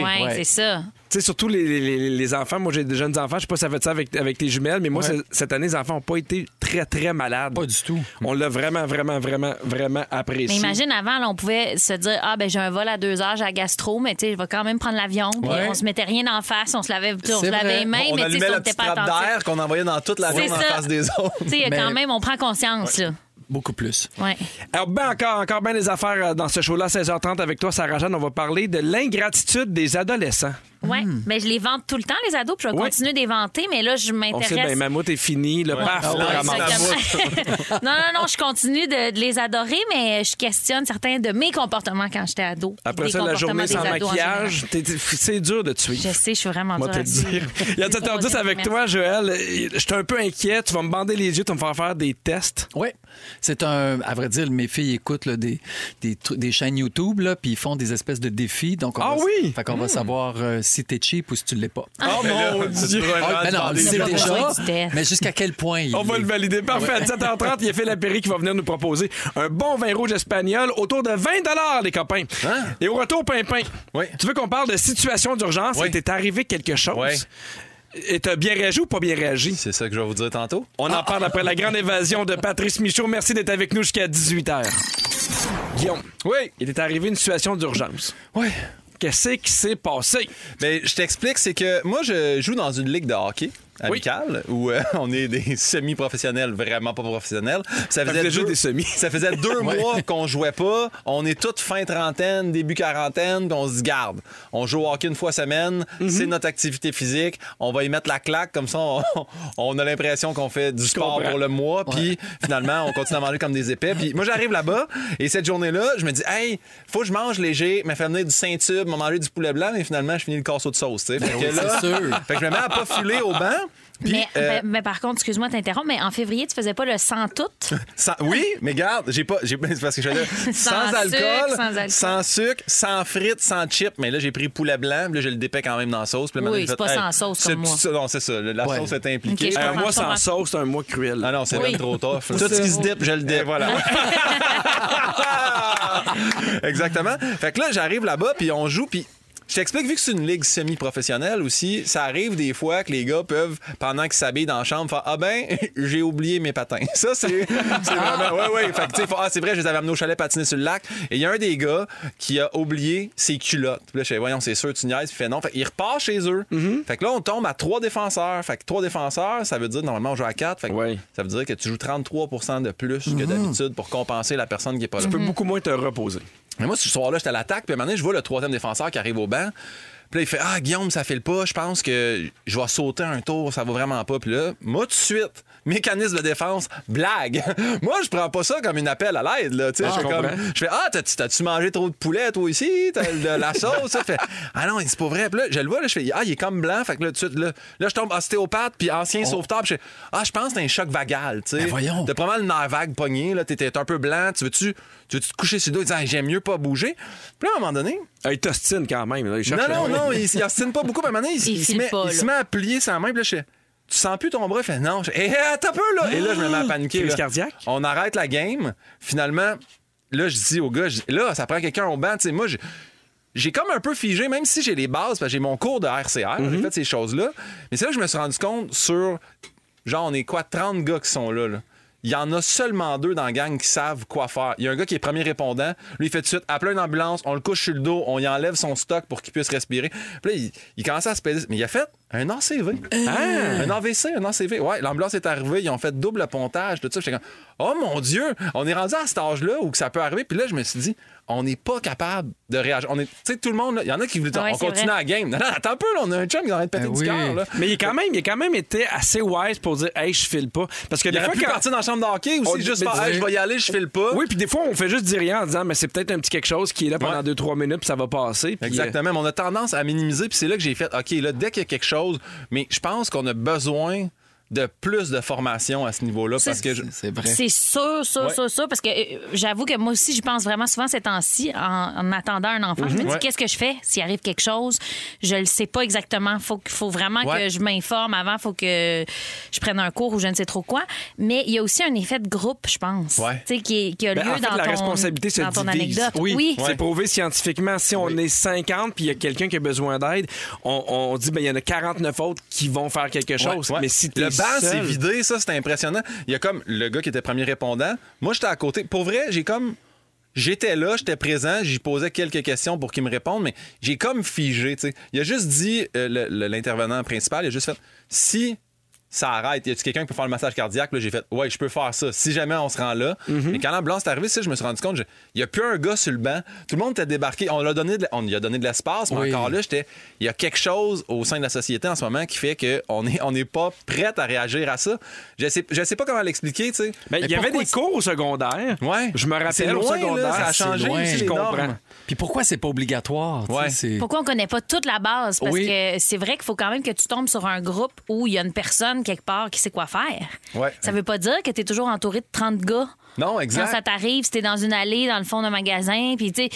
S7: Ouais,
S9: Ouais.
S7: c'est ça.
S5: Tu sais, surtout les, les- les enfants. Moi, j'ai des jeunes enfants. Je sais pas si ça fait de ça avec, avec tes jumelles, mais moi, c'est- cette année, les enfants n'ont pas été très, très malades.
S9: Pas du tout.
S5: On l'a vraiment, vraiment, vraiment, vraiment apprécié.
S7: Mais imagine avant, là, on pouvait se dire Ah, ben j'ai un vol à deux heures, j'ai la gastro, mais tu sais, je vais quand même prendre l'avion. Puis
S9: Ouais.
S7: On se mettait rien en face, on se lavait, on se
S9: C'est
S7: lavait
S9: vrai.
S7: les mains, mais
S6: on
S7: tu sais,
S6: allumait
S7: si on
S6: la
S7: n'était
S6: petite
S7: pas
S6: trappe
S7: attentif.
S6: d'air qu'on envoyait dans toute la
S7: C'est
S6: zone en
S7: ça.
S6: face des autres.
S7: Tu sais,
S9: Mais-
S7: quand même, on prend conscience, là.
S9: Beaucoup plus.
S7: Ouais.
S5: Alors, ben encore, encore bien des affaires euh, dans ce show-là, 16h30 avec toi, Sarah Jeanne. On va parler de l'ingratitude des adolescents.
S7: Ouais.
S6: Hmm.
S7: Mais je les vante tout le temps, les ados, puis je vais
S5: Ouais.
S7: continuer de les vanter, mais là, je
S5: On sait, ben,
S7: m'intéresse.
S5: mammouth est fini, le paf,
S9: Ah ouais,
S5: le ramasse.
S7: Exactement. non, non, non, je continue de, de les adorer, mais je questionne certains de mes comportements quand j'étais ado.
S5: Après
S7: Des
S5: ça, la
S7: comportements
S5: journée
S7: des
S5: sans
S7: ados en
S5: maquillage, t'es- t'es- c'est dur de te
S7: général.
S5: suivre.
S7: Je sais, je suis vraiment
S5: Moi,
S7: dure
S5: te
S7: à
S5: le dire.
S7: suivre.
S5: Il y a 7h10 avec toi, Joël. Je suis un peu inquiet. Tu vas me bander les yeux, tu vas me faire faire des tests.
S9: Oui. C'est un. À vrai dire, mes filles écoutent là, des, des, tru- des chaînes YouTube, là, puis ils font des espèces de défis. Donc on
S5: Ah
S9: va,
S5: oui!
S9: Fait qu'on va savoir euh, si t'es cheap ou si tu l'es pas.
S6: Oh mon dieu!
S9: Ah, ben non, on le sait
S7: pas besoin
S9: déjà.
S7: du test.
S9: Mais jusqu'à quel point il
S5: On va
S9: l'est.
S5: le valider. Parfait. À 17h30, il y a Phil Lapéry qui va venir nous proposer un bon vin rouge espagnol autour de 20 les copains.
S6: Hein?
S5: Et au retour, Pimpin,
S6: Oui.
S5: tu veux qu'on parle de situation d'urgence
S6: Oui.
S5: et t'es arrivé quelque chose?
S6: Oui.
S5: Et t'as bien réagi ou pas bien réagi?
S6: C'est ça que je vais vous dire tantôt.
S5: On en parle après la grande évasion de Patrice Michaud. Merci d'être avec nous jusqu'à 18h. Guillaume,
S6: Oui.
S5: il est arrivé une situation d'urgence.
S6: Oui.
S5: Qu'est-ce qui s'est passé?
S6: Mais je t'explique, c'est que moi, je joue dans une ligue de hockey
S5: Oui.
S6: amicale où euh, on est des semi-professionnels, vraiment pas professionnels. Ça
S5: fait déjà des semis.
S6: Ça faisait deux mois qu'on jouait pas. On est toute fin trentaine, début quarantaine, puis on se garde. On joue au hockey une fois semaine. C'est notre activité physique. On va y mettre la claque. Comme ça, on, on a l'impression qu'on fait du sport
S5: comprends.
S6: pour le mois. Puis finalement, on continue à manger comme des épais. Puis moi, j'arrive là-bas et cette journée-là, je me dis, hey, faut que je mange léger. Mais faire venir du Saint-Tube, m'en manger du poulet blanc. Mais finalement, je finis le corso de sauce. tu sais. Fait que
S9: oui,
S6: là-
S9: c'est sûr.
S6: Fait que je me mets à pas filer au banc. Puis,
S7: Mais,
S6: euh,
S7: ben- mais par contre, excuse-moi de t'interrompre, mais en février, tu faisais pas le sans tout.
S6: Sans- oui, mais garde, j'ai pas, j'ai c'est parce que je suis
S7: Sans
S6: là, sans,
S7: sucre,
S6: alcool,
S7: sans alcool.
S6: sans sucre, sans frites, sans chips. Mais là, j'ai pris poulet blanc, puis là, je le dépais quand même dans la sauce. puis là,
S7: Oui,
S6: maintenant, j'ai
S7: c'est
S6: fait,
S7: pas sans sauce
S6: ce
S7: comme moi.
S6: petit- Non, c'est ça. La
S9: Ouais.
S6: sauce est impliquée. Euh,
S7: Ok, je
S5: Un
S7: comprends,
S5: mois
S7: je
S5: Euh, sans
S7: comprends.
S5: sauce, c'est un mois cruel.
S6: Ah non, c'est
S7: Oui.
S6: même trop tough. Tout ce qui se dip, je le dip. Voilà. Exactement. Fait que là, j'arrive là-bas, puis on joue, puis. Je t'explique, vu que c'est une ligue semi-professionnelle aussi, ça arrive des fois que les gars peuvent, pendant qu'ils s'habillent dans la chambre, faire Ah ben, j'ai oublié mes patins. Ça, c'est c'est vraiment. Ouais, ouais. Fait que, tu sais, faut- ah, c'est vrai, je les avais amenés au chalet patiner sur le lac. Et il y a un des gars qui a oublié ses culottes. Puis là, je fais Voyons, c'est sûr, tu niaises. Puis il fait non. Fait qu'il repart chez eux. Fait que là, on tombe à trois défenseurs. Fait que trois défenseurs, ça veut dire, normalement, on joue à quatre. Fait que
S5: Ouais.
S6: ça veut dire que tu joues 33 de plus que d'habitude pour compenser la personne qui n'est pas là.
S5: Mhm. Tu peux beaucoup moins te reposer.
S6: Mais moi, ce soir-là, j'étais à l'attaque, puis à un moment donné, je vois le troisième défenseur qui arrive au banc. Puis là, il fait Ah, Guillaume, ça file pas, je pense que je vais sauter un tour, ça va vraiment pas. Puis là, moi, tout de suite, mécanisme de défense, blague. moi, je prends pas ça comme une appel à l'aide, là. Tu sais, je, fais comme, je fais Ah, t'as- t'as-tu mangé trop de poulet, toi aussi T'as de la sauce, ça fait Ah non, c'est pas vrai. Puis là, je le vois, là, je fais Ah, il est comme blanc. Fait que là, tout de suite, là, là, je tombe ah, ostéopathe, puis ancien sauveteur, puis je fais Ah, je pense que t'as un choc vagal, tu sais.
S9: Ben voyons.
S6: T'as pas mal le nerf vague pogné, là. T'étais un peu blanc, tu veux-tu tu veux-tu te coucher sur le dos et dire Ah, j'aime mieux pas bouger. Puis là, à un moment donné,
S5: Ah, il t'ostine quand même. là. Il cherche
S6: non,
S5: le-
S6: non, non, il, il obstine pas beaucoup. Puis à un moment donné, il,
S7: Il
S6: il se,
S7: file
S6: met,
S7: pas,
S6: il se
S7: là.
S6: met à plier sa main. Puis là, je fais, Tu sens plus ton bras? Il fait non. Je fais, Eh, attends un peu, là. Et là, je me mets à paniquer.
S5: Ah! Crise
S6: là.
S5: cardiaque?
S6: On arrête la game. Finalement, là, je dis au gars, je dis, là, ça prend quelqu'un au banc. Tu sais, moi, j'ai- J'ai comme un peu figé, même si j'ai les bases, parce que j'ai mon cours de RCR,
S5: Mm-hmm.
S6: j'ai fait ces choses-là. Mais c'est là que je me suis rendu compte sur, genre, on est quoi, 30 gars qui sont là, là. Il y en a seulement deux dans la gang qui savent quoi faire. Il y a un gars qui est premier répondant. Lui, il fait tout de suite appeler une ambulance, on le couche sur le dos, on y enlève son stock pour qu'il puisse respirer. Puis là, il, il commence à se peser. Mais il a fait Un ACV. Un AVC, un ACV. Ouais, l'ambulance est arrivée, ils ont fait double pontage, tout ça. J'étais comme, oh mon Dieu, on est rendu à cet âge-là où que ça peut arriver. Puis là, je me suis dit, on n'est pas capable de réagir. On est, tu sais, tout le monde, il y en a qui voulaient dire,
S7: Ouais,
S6: on
S7: c'est
S6: continue
S7: vrai.
S6: la game. Non, non, attends un peu, là, on a un chum qui est en train de péter
S9: Ben
S6: du
S9: oui.
S6: cœur, là.
S5: Mais il, est quand même, il a quand même été assez wise pour dire Hey, je file pas. Parce que
S6: Il
S5: des
S6: aurait
S5: fois,
S6: pu
S5: quand-
S6: partir dans la chambre d'hockey
S5: On-
S6: aussi, juste
S5: mais
S6: faire,
S5: dis-
S6: Hey, je vais y aller, je file pas.
S5: Oui, puis des fois, on fait juste dire rien en disant Mais c'est peut-être un petit quelque chose qui est là pendant
S6: Ouais.
S5: 2-3 minutes, puis ça va passer. Puis, euh,
S6: Exactement. Mais on a tendance à minimiser, puis c'est là que j'ai fait, OK, là, dès qu'il y a quelque chose, mais je pense qu'on a besoin de plus de formation à ce niveau-là parce que je-
S9: C'est vrai.
S7: C'est sûr, sûr,
S6: Ouais.
S7: sûr, sûr. Parce que euh, j'avoue que moi aussi, je pense vraiment souvent ces temps-ci, en, en attendant un enfant, je me dis
S6: Mhm. Ouais.
S7: qu'est-ce que je fais s'il arrive quelque chose? Je le sais pas exactement. Faut, que- faut vraiment
S6: Ouais.
S7: que je m'informe avant. Faut que je prenne un cours ou je ne sais trop quoi. Mais il y a aussi un effet de groupe, je pense.
S6: Ouais.
S7: Tu sais, qui, qui a lieu
S5: Ben, en fait,
S7: dans,
S5: la
S7: ton,
S5: responsabilité se
S7: dans ton
S5: divise.
S7: anecdote.
S5: Oui,
S7: oui.
S5: c'est prouvé scientifiquement. Si on est 50 puis il y a quelqu'un qui a besoin d'aide, on, on dit ben il y en a 49 autres qui vont faire quelque chose.
S6: Ouais, ouais.
S5: Mais si t'es
S6: le banc s'est
S5: seul-
S6: vidé, ça c'est impressionnant. Il y a comme le gars qui était premier répondant. Moi j'étais à côté. Pour vrai, j'ai comme j'étais là, j'étais présent, j'y posais quelques questions pour qu'il me réponde, mais j'ai comme figé. tu sais. Il a juste dit euh, le- le- l'intervenant principal, il a juste fait si ça arrête, y a-tu quelqu'un qui peut faire le massage cardiaque Là, j'ai fait ouais, je peux faire ça. Si jamais on se rend là,
S5: Mm-hmm.
S6: mais quand l'ambulance est arrivée, ça, je me suis rendu compte, je- il y a plus un gars sur le banc. Tout le monde était débarqué. On l'a donné, de la- on lui a donné de l'espace, mais
S9: Oui.
S6: encore là. Là, j'étais- il y a quelque chose au sein de la société en ce moment qui fait qu'on n'est on n'est pas prête à réagir à ça. Je sais, je sais pas comment l'expliquer, tu sais.
S5: Ben, il y
S9: Mais
S5: avait
S9: pourquoi
S5: des cours au secondaire.
S6: Ouais.
S5: Je me
S6: C'est
S5: rappelle au
S6: loin, là,
S5: secondaire.
S6: ça a changé
S5: c'est loin,
S6: aussi,
S5: je
S6: les
S5: comprends.
S6: normes.
S9: Puis pourquoi c'est pas obligatoire? tu sais,
S6: Ouais.
S9: c'est-
S7: Pourquoi on connaît pas toute la base? Parce
S9: Oui.
S7: que c'est vrai qu'il faut quand même que tu tombes sur un groupe où il y a une personne quelque part qui sait quoi faire.
S6: Ouais.
S7: Ça veut pas dire que tu es toujours entouré de 30 gars.
S6: Non, exact.
S7: Quand ça t'arrive, si t'es dans une allée, dans le fond d'un magasin, puis tu sais,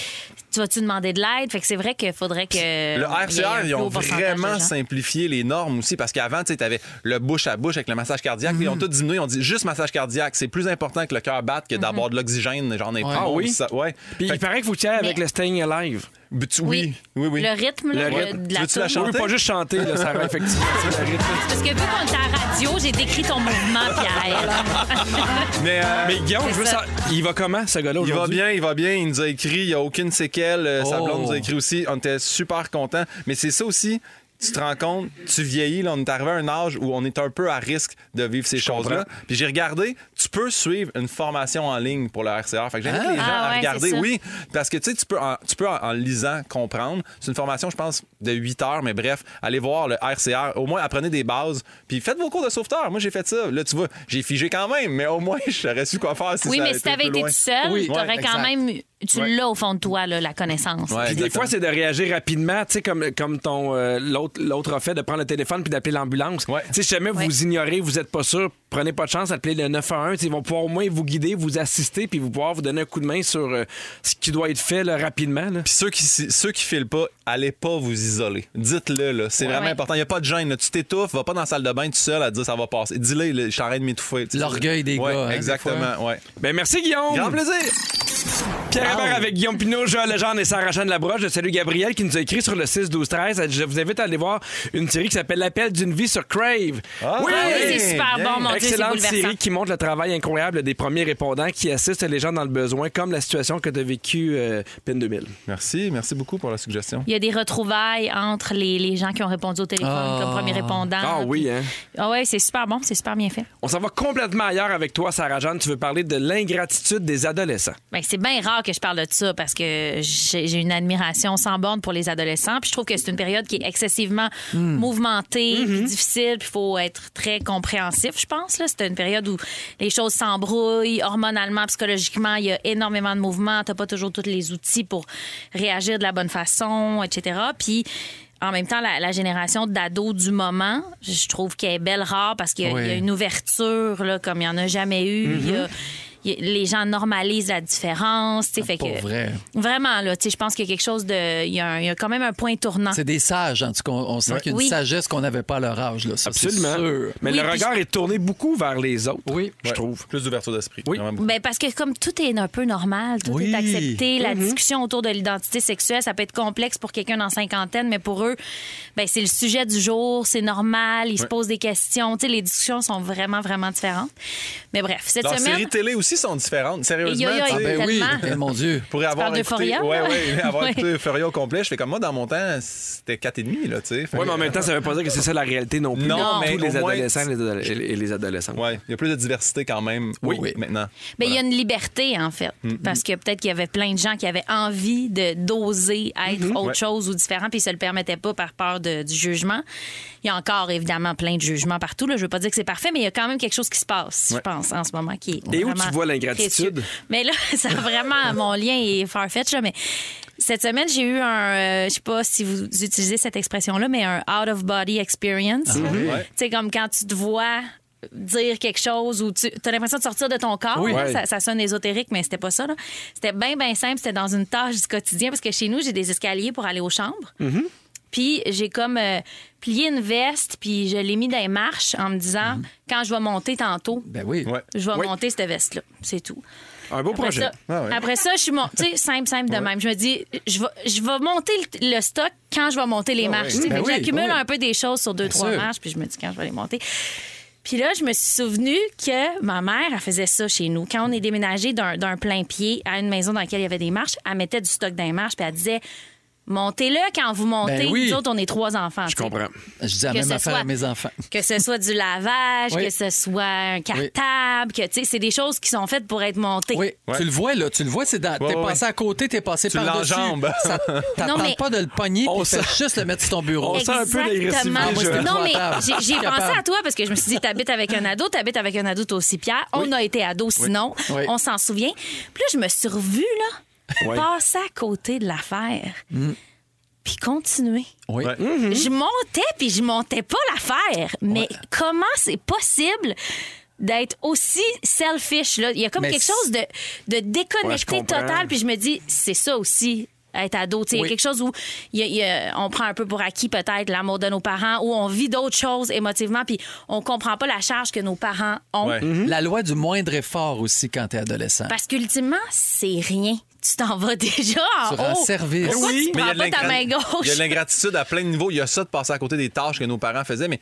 S7: tu vas-tu demander de l'aide? Fait que c'est vrai qu'il faudrait que.
S6: Le
S7: euh, il y ait un
S6: RCR,
S7: plus
S6: ils
S7: haut
S6: ont
S7: pourcentage de
S6: vraiment
S7: gens.
S6: simplifié les normes aussi parce qu'avant, tu avais le bouche à bouche avec le massage cardiaque. Ils ont tout diminué. Ils ont dit juste massage cardiaque. C'est plus important que le cœur batte que d'avoir de l'oxygène. J'en ai
S5: Ah oui?
S6: Ça, ouais.
S5: Puis
S6: Fait
S5: il paraît qu'il faut tirer avec
S7: Mais-
S5: le Staying Alive.
S6: que- tu-
S7: Oui.
S6: oui, oui, oui.
S7: Le rythme, là,
S5: Le
S7: de-
S5: rythme.
S7: de la
S6: Veux-tu la
S7: toune.
S5: Oui,
S6: chanter?
S5: pas juste chanter, là, ça va effectivement. c'est le rythme.
S7: Parce que vu qu'on est à la radio, j'ai décrit ton mouvement, Pierre.
S6: Mais, euh,
S5: Mais Guillaume, je veux
S7: C'est ça.
S5: savoir, il va comment ce gars-là
S6: Il va
S5: aujourd'hui?
S6: bien, il va bien. Il nous a écrit, il n'y a aucune séquelle. Euh, Sa
S9: Oh.
S6: blonde nous a écrit aussi. On était super contents. Mais c'est ça aussi. Tu te rends compte, tu vieillis, là, on est arrivé à un âge où on est un peu à risque de vivre ces choses-là. Puis j'ai regardé, tu peux suivre une formation en ligne pour le RCR. Fait que j'invite les gens
S7: Ah
S6: à
S7: ouais,
S6: regarder.
S7: c'est ça.
S6: Oui, parce que tu sais, tu peux, en, tu peux en, en lisant comprendre. C'est une formation, je pense, de 8 heures, mais bref, allez voir le RCR. Au moins, apprenez des bases. Puis faites vos cours de sauveteur. Moi, j'ai fait ça. Là, tu vois, j'ai figé quand même, mais au moins, j'aurais su quoi faire si
S7: oui,
S6: ça
S7: mais
S6: avait
S7: si t'avais
S6: plus
S7: été
S6: loin.
S7: tout seul,
S9: Oui.
S7: t'aurais
S6: Ouais,
S7: quand
S6: exact.
S7: même. eu- Tu
S6: Ouais.
S7: l'as au fond de toi, là, la connaissance.
S6: Ouais,
S5: Puis des
S6: exactement.
S5: fois, c'est de réagir rapidement, tu sais, comme, comme ton euh, l'autre l'autre a fait, de prendre le téléphone puis d'appeler l'ambulance.
S6: Ouais.
S5: Tu sais, si jamais
S7: Ouais.
S5: vous ignorez, vous n'êtes pas sûr, prenez pas de chance, appelez le 911. Tu sais, Ils vont pouvoir au moins vous guider, vous assister, puis vous pouvoir vous donner un coup de main sur euh, ce qui doit être fait là, rapidement. là.
S6: Puis ceux qui ceux qui filent pas, allez pas vous isoler. Dites-le là, c'est vraiment
S7: ouais.
S6: important. Il y a pas de gêne, là. tu t'étouffes, va pas dans la salle de bain tout seul à te dire ça va passer. Dis-le, là, je suis en train de m'étouffer. Tu sais,
S9: L'orgueil des
S6: ouais,
S9: gars, hein, des
S6: exactement, ouais.
S5: Ben, merci, Guillaume.
S6: Grand plaisir.
S5: Pierre Hébert avec Guillaume Pinot, Joël Legendre et Sarah Jeanne Labroche. Je salue Gabriel qui nous a écrit sur le 6-12-13. Je vous invite à aller voir une série qui s'appelle L'appel d'une vie sur Crave.
S7: Ah oui, c'est
S6: Hey,
S7: super
S6: bien.
S7: bon, mon Dieu, c'est
S5: Excellente
S7: bouleversant.
S5: série qui montre le travail incroyable des premiers répondants qui assistent les gens dans le besoin, comme la situation que tu as vécue, euh, PIN 2000.
S6: Merci, merci beaucoup pour la suggestion.
S7: Il y a des retrouvailles entre les, les gens qui ont répondu au téléphone
S9: Ah.
S7: comme premier répondant.
S5: Ah oui, hein?
S7: Ah ouais, c'est super bon, c'est super bien fait.
S5: On s'en va complètement ailleurs avec toi, Sarah Jeanne. Tu veux parler de l'ingratitude des adolescents.
S7: Ben, c'est bien rare que je parle de ça parce que j'ai j'ai une admiration sans borne pour les adolescents. Puis je trouve que c'est une période qui est excessivement mouvementée, puis difficile. Puis il faut être très compréhensif, je pense. là. C'est une période où les choses s'embrouillent hormonalement, psychologiquement. Il y a énormément de mouvements. Tu pas toujours tous les outils pour réagir de la bonne façon, etc. Puis en même temps, la, la génération d'ados du moment, je trouve qu'elle est belle rare parce qu'il y, a-
S9: Oui.
S7: il y a une ouverture là, comme il n'y en a jamais eu. Il y a- il y a- les gens normalisent la différence. tu sais, fait
S9: Mm-hmm. Ah, pour
S7: que,
S9: vrai.
S7: Vraiment, là, tu sais, je pense qu'il y a quelque chose de. Il y, a un- il y a quand même un point tournant.
S9: C'est des sages, en tout cas. On sent qu'il y a une
S7: Hein? Oui.
S9: sagesse qu'on n'avait pas à leur âge. Là. Ça, Ah, c'est sûr.
S5: Mais
S7: Oui,
S5: le
S7: puis-
S5: regard est tourné beaucoup vers les autres.
S9: Oui.
S5: Je
S6: Ouais.
S5: trouve.
S6: Plus d'ouverture d'esprit.
S5: Oui.
S6: Vraiment beaucoup.
S7: Ben parce que comme tout est un peu normal, tout
S9: Oui. Mm-hmm.
S7: est accepté, la discussion autour de l'identité sexuelle, ça peut être complexe pour quelqu'un dans cinquantaine, mais pour eux, ben c'est le sujet du jour, c'est normal, ils se posent des questions, tu sais, les discussions sont vraiment, vraiment différentes. Mais bref, cette
S6: Leur
S7: semaine...
S6: série télé aussi aussi sont différentes.
S7: Et
S6: Sérieusement,
S7: yo-yo,
S6: tu
S7: il
S6: sais,
S7: est
S9: ben oui.
S7: tellement.
S9: Eh, mon Dieu.
S6: pour avoir
S7: parles
S6: écouté,
S7: d'Euphoria,
S6: ouais,
S7: là?
S6: ouais, avoir
S7: Ouais.
S6: écouté Euphoria au complet, je fais comme moi dans mon temps, c'était 4,5 là, tu sais. Fait
S5: Oui,
S6: que-
S5: mais en même temps, ça veut pas dire que c'est ça la réalité non plus.
S6: Non,
S5: Tous
S6: mais
S5: les
S6: au moins-
S5: adolescents les adoles- et les adolescentes.
S6: Ouais, il y a plus de diversité quand même.
S9: Oui.
S6: maintenant.
S7: Ben, il y a une liberté, en fait.
S5: Mm-hmm.
S7: Parce que peut-être qu'il y avait plein de gens qui avaient envie de d'oser être
S5: Mm-hmm.
S7: autre
S6: Ouais.
S7: chose ou différent, puis ils se le permettaient pas par peur de- du jugement. Il y a encore, évidemment, plein de jugements partout. Là. Je veux pas dire que c'est parfait, mais il y a quand même quelque chose qui se passe, je pense, en ce moment. Qui est
S5: Et où
S7: vraiment
S5: tu vois
S7: précieux.
S5: l'ingratitude?
S7: Mais là, ça a vraiment, mon lien est farfetch, là, mais cette semaine, j'ai eu un, euh, je sais pas si vous utilisez cette expression-là, mais un out-of-body experience.
S5: Ah.
S7: là.
S6: Ouais.
S7: Tu sais, comme quand tu te vois dire quelque chose ou tu as l'impression de sortir de ton corps.
S5: Oui.
S7: là.
S5: Ouais.
S7: Ça, ça sonne ésotérique, mais c'était pas ça. là. C'était bien, bien simple. C'était dans une tâche du quotidien parce que chez nous, j'ai des escaliers pour aller aux chambres.
S5: Mm-hmm.
S7: Puis j'ai comme euh, plié une veste, puis je l'ai mis dans les marches en me disant, quand je vais monter tantôt,
S9: Ben oui.
S6: Ouais.
S7: je vais
S5: Mm-hmm. Oui.
S7: monter cette veste-là. C'est tout.
S5: Un beau
S7: Après
S5: projet.
S7: ça,
S6: Ah ouais.
S7: après ça, je suis mon- tu sais, simple, simple de même. Je me dis, je vais, je vais monter le, le stock quand je vais monter les marches. tu sais.
S9: Ben
S7: Fait que
S9: oui,
S7: J'accumule
S9: oui.
S7: un peu des choses sur deux, trois
S9: sûr.
S7: marches, puis je me dis quand je vais les monter. Puis là, je me suis souvenu que ma mère, elle faisait ça chez nous. Quand on est déménagé d'un d'un plein pied à une maison dans laquelle il y avait des marches, elle mettait du stock dans les marches, puis elle disait, montez-le quand vous montez.
S9: Ben oui.
S7: Nous autres, on est trois enfants.
S5: Je
S7: tu sais.
S5: comprends.
S9: Je dis la
S7: Que
S9: même
S7: ce
S9: affaire à
S7: soit-
S9: mes enfants.
S7: Que ce soit du lavage,
S9: Oui.
S7: que ce soit un cartable, que tu sais, c'est des choses qui sont faites pour être montées.
S9: Oui,
S6: Ouais.
S9: tu le vois, là. Tu le vois, c'est dans.
S6: Ouais,
S9: t'es
S6: ouais,
S9: passé à côté, t'es passé
S6: Tu
S9: par-dessus.
S6: l'enjambes.
S9: Ça t'attends
S7: mais-
S9: pas de le pogner,
S5: On
S9: puis fais
S5: sent-
S9: juste le mettre sur ton bureau.
S5: On sent un peu l'agressivité,
S7: Exactement.
S9: je-
S7: Non, mais
S9: Ah, épouvantable.
S7: j'ai- j'ai
S9: Je suis
S7: pensé
S9: capable.
S7: à toi parce que je me suis dit, t'habites avec un ado, t'habites avec un ado, toi aussi, Pierre. On a été ado, sinon,
S9: Oui.
S7: on s'en souvient. Puis là, je me suis revue, là, passer à côté de l'affaire.
S5: Mm.
S7: Puis continuer.
S9: Oui.
S6: Ouais.
S7: Je montais, puis je montais pas l'affaire. Mais comment c'est possible d'être aussi selfish? Là? Il y a comme
S9: Mais
S7: quelque
S9: c'est-
S7: chose de, de déconnecté
S5: Ouais, je comprends.
S7: total. Puis je me dis, c'est ça aussi être ado. Tu sais, Il y
S9: Oui.
S7: a quelque chose où il y a- il y a- on prend un peu pour acquis peut-être l'amour de nos parents, où on vit d'autres choses émotivement, puis on comprend pas la charge que nos parents ont.
S6: Ouais.
S9: Mm-hmm. La loi du moindre effort aussi quand t'es adolescent.
S7: Parce qu'ultimement, c'est rien. Tu t'en vas déjà en
S9: Tu rends
S7: haut.
S9: service.
S7: Pourquoi
S5: Oui,
S7: tu
S6: Mais il y
S7: prends
S6: a de
S7: pas ta main
S6: l'ingrat-
S7: gauche?
S6: Il y a de l'ingratitude à plein de niveaux. Il y a ça de passer à côté des tâches que nos parents faisaient, mais.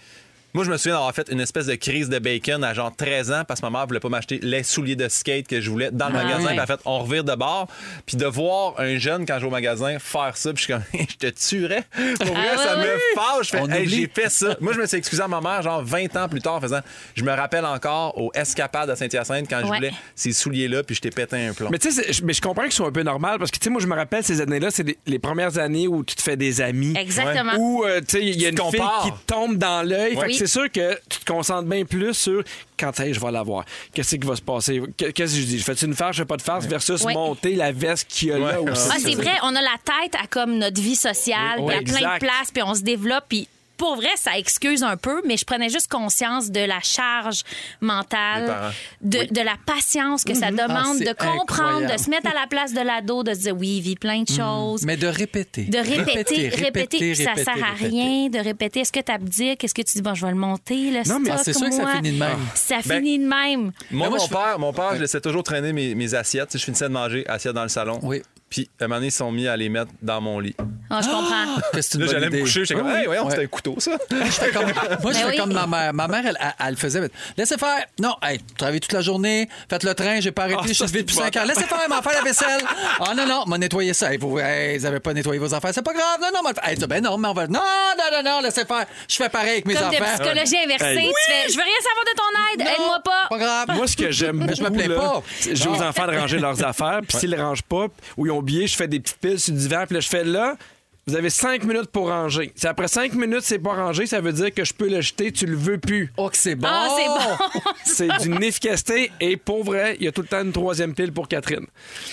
S6: Moi, je me souviens d'avoir fait une espèce de crise de bacon à genre 13 ans parce que ma mère voulait pas m'acheter les souliers de skate que je voulais dans le
S7: Ah,
S6: magasin.
S7: ouais.
S6: Puis elle a fait, on revire de bord. Puis de voir un jeune quand je vais au magasin faire ça, puis je suis comme, je te tuerais. Pour vrai,
S7: Ah,
S6: ça
S7: ouais,
S6: me
S7: ouais.
S6: fâche. Je fais,
S9: On
S6: Hey,
S9: oublie.
S6: j'ai fait ça. Moi, je me suis excusé à ma mère genre 20 ans plus tard en faisant, je me rappelle encore aux escapades à Saint-Hyacinthe quand je
S7: Ouais.
S6: voulais ces souliers-là, puis je t'ai pété un plomb.
S5: Mais tu sais, c'est- je- mais je comprends qu'ils sont un peu normales parce que, tu sais, moi, je me rappelle ces années-là, c'est les, les premières années où tu te fais des amis.
S7: Exactement.
S5: Où, euh, tu sais, il y a une
S6: Tu te
S5: fille
S6: compares.
S5: qui te tombe dans l'œil. Fait que
S7: Oui.
S5: c'est sûr que tu te concentres bien plus sur quand est-ce que je vais l'avoir. Qu'est-ce qui va se passer? Qu'est- Qu'est-ce que je dis? Je fais-tu une farce, je fais pas de farce versus
S7: Ouais.
S5: monter la veste qu'il y a là
S6: Ouais.
S5: aussi.
S7: Ah, c'est vrai, on a la tête à comme notre vie sociale,
S5: Oui,
S7: puis à
S5: oui,
S7: plein de
S5: exact.
S7: places, puis on se développe, puis pour vrai, ça excuse un peu, mais je prenais juste conscience de la charge
S6: Des
S7: mentale,
S6: parents.
S7: de, de la patience que ça demande,
S9: Mhm. Ah, c'est
S7: de comprendre,
S9: incroyable. Mhm.
S7: de se mettre à la place de l'ado, de se dire oui, il vit plein de choses.
S9: Mais de répéter.
S7: De répéter, répéter, puis ça
S9: répéter,
S7: sert à
S9: répéter.
S7: rien. De répéter, est-ce que tu abdiques? Est-ce que tu dis, bon, je vais le monter, le
S5: Non, mais-
S7: stock,
S9: Ah, c'est sûr que ça
S7: moi.
S9: finit de même.
S7: Ça
S6: Ben,
S7: finit de même.
S6: Moi,
S9: Mais moi,
S6: mon,
S9: je-
S6: père, mon père, je laissais toujours traîner mes, mes assiettes. Tu sais, Je finissais de manger, assiettes dans le salon.
S9: Oui.
S6: Puis, à un moment donné, ils sont mis à les mettre dans mon lit.
S7: Ah, je comprends.
S9: Que c'est une
S6: Là,
S9: bonne
S6: j'allais me
S9: idée.
S6: coucher. J'étais comme,
S9: Ah oui.
S6: hey, voyons,
S9: Ouais.
S6: c'était un couteau, ça.
S9: Je fais comme- moi, je
S7: Ben
S9: fais
S7: oui.
S9: comme ma mère. Ma mère, elle, elle- elle le faisait. mais, Laissez faire. Non, hey, travaillez toute la journée. Faites le train. J'ai pas arrêté.
S5: Ah,
S9: je suis
S5: ça,
S9: levé
S5: c'est
S9: depuis
S5: bon.
S9: 5 heures. Laissez faire. M'en faire la vaisselle. Ah, non, non. M'en nettoyer ça. Hey, vous, hey, vous avez pas nettoyé vos affaires. C'est pas grave. Non, non. m'en le faire. Hey, tu- ben non, mais on va. Non, non, non, non. Laissez faire. Je fais pareil avec mes
S7: Comme de
S9: enfants.
S7: psychologie inversée,
S5: Hey.
S7: tu fais, je veux rien savoir de ton aide,
S9: Non,
S7: aide-moi pas.
S9: Pas grave.
S5: Moi, ce que j'aime
S9: Mais
S5: beaucoup,
S9: Ben, je me plains
S5: là,
S9: pas.
S5: c'est- j'ai aux
S9: Non.
S5: enfants de ranger leurs affaires, puis s'ils les rangent pas, ou ils ont oublié, je fais des petites piles sur le divan, puis là, je fais là, vous avez cinq minutes pour ranger. Si après cinq minutes, c'est pas rangé, ça veut dire que je peux le jeter, tu le veux plus.
S9: Oh, que c'est bon.
S7: Ah, c'est bon.
S5: C'est d'une efficacité, et pour vrai, il y a tout le temps une troisième pile pour Catherine.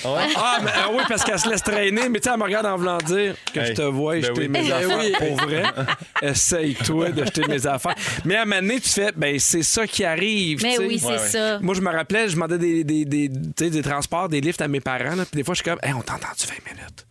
S5: Ah, mais, ah oui, parce qu'elle se laisse traîner, mais tu sais, elle me regarde en voulant dire que
S6: Hey,
S5: je te vois et
S6: ben
S5: jeter
S6: oui.
S5: mes
S9: Ben
S5: affaires.
S9: oui.
S5: Pour vrai, essaye-toi de jeter mes affaires. Mais à un moment donné, tu fais, ben c'est ça qui arrive.
S7: Mais
S5: tu sais.
S7: oui, c'est
S6: Ouais, ouais.
S9: Euh.
S7: ça.
S5: Moi, je me rappelais, je demandais des, des, des, tu sais, des transports, des lifts à mes parents. là, Puis des fois, je suis comme, Hey, on t'entend-tu 20 minutes?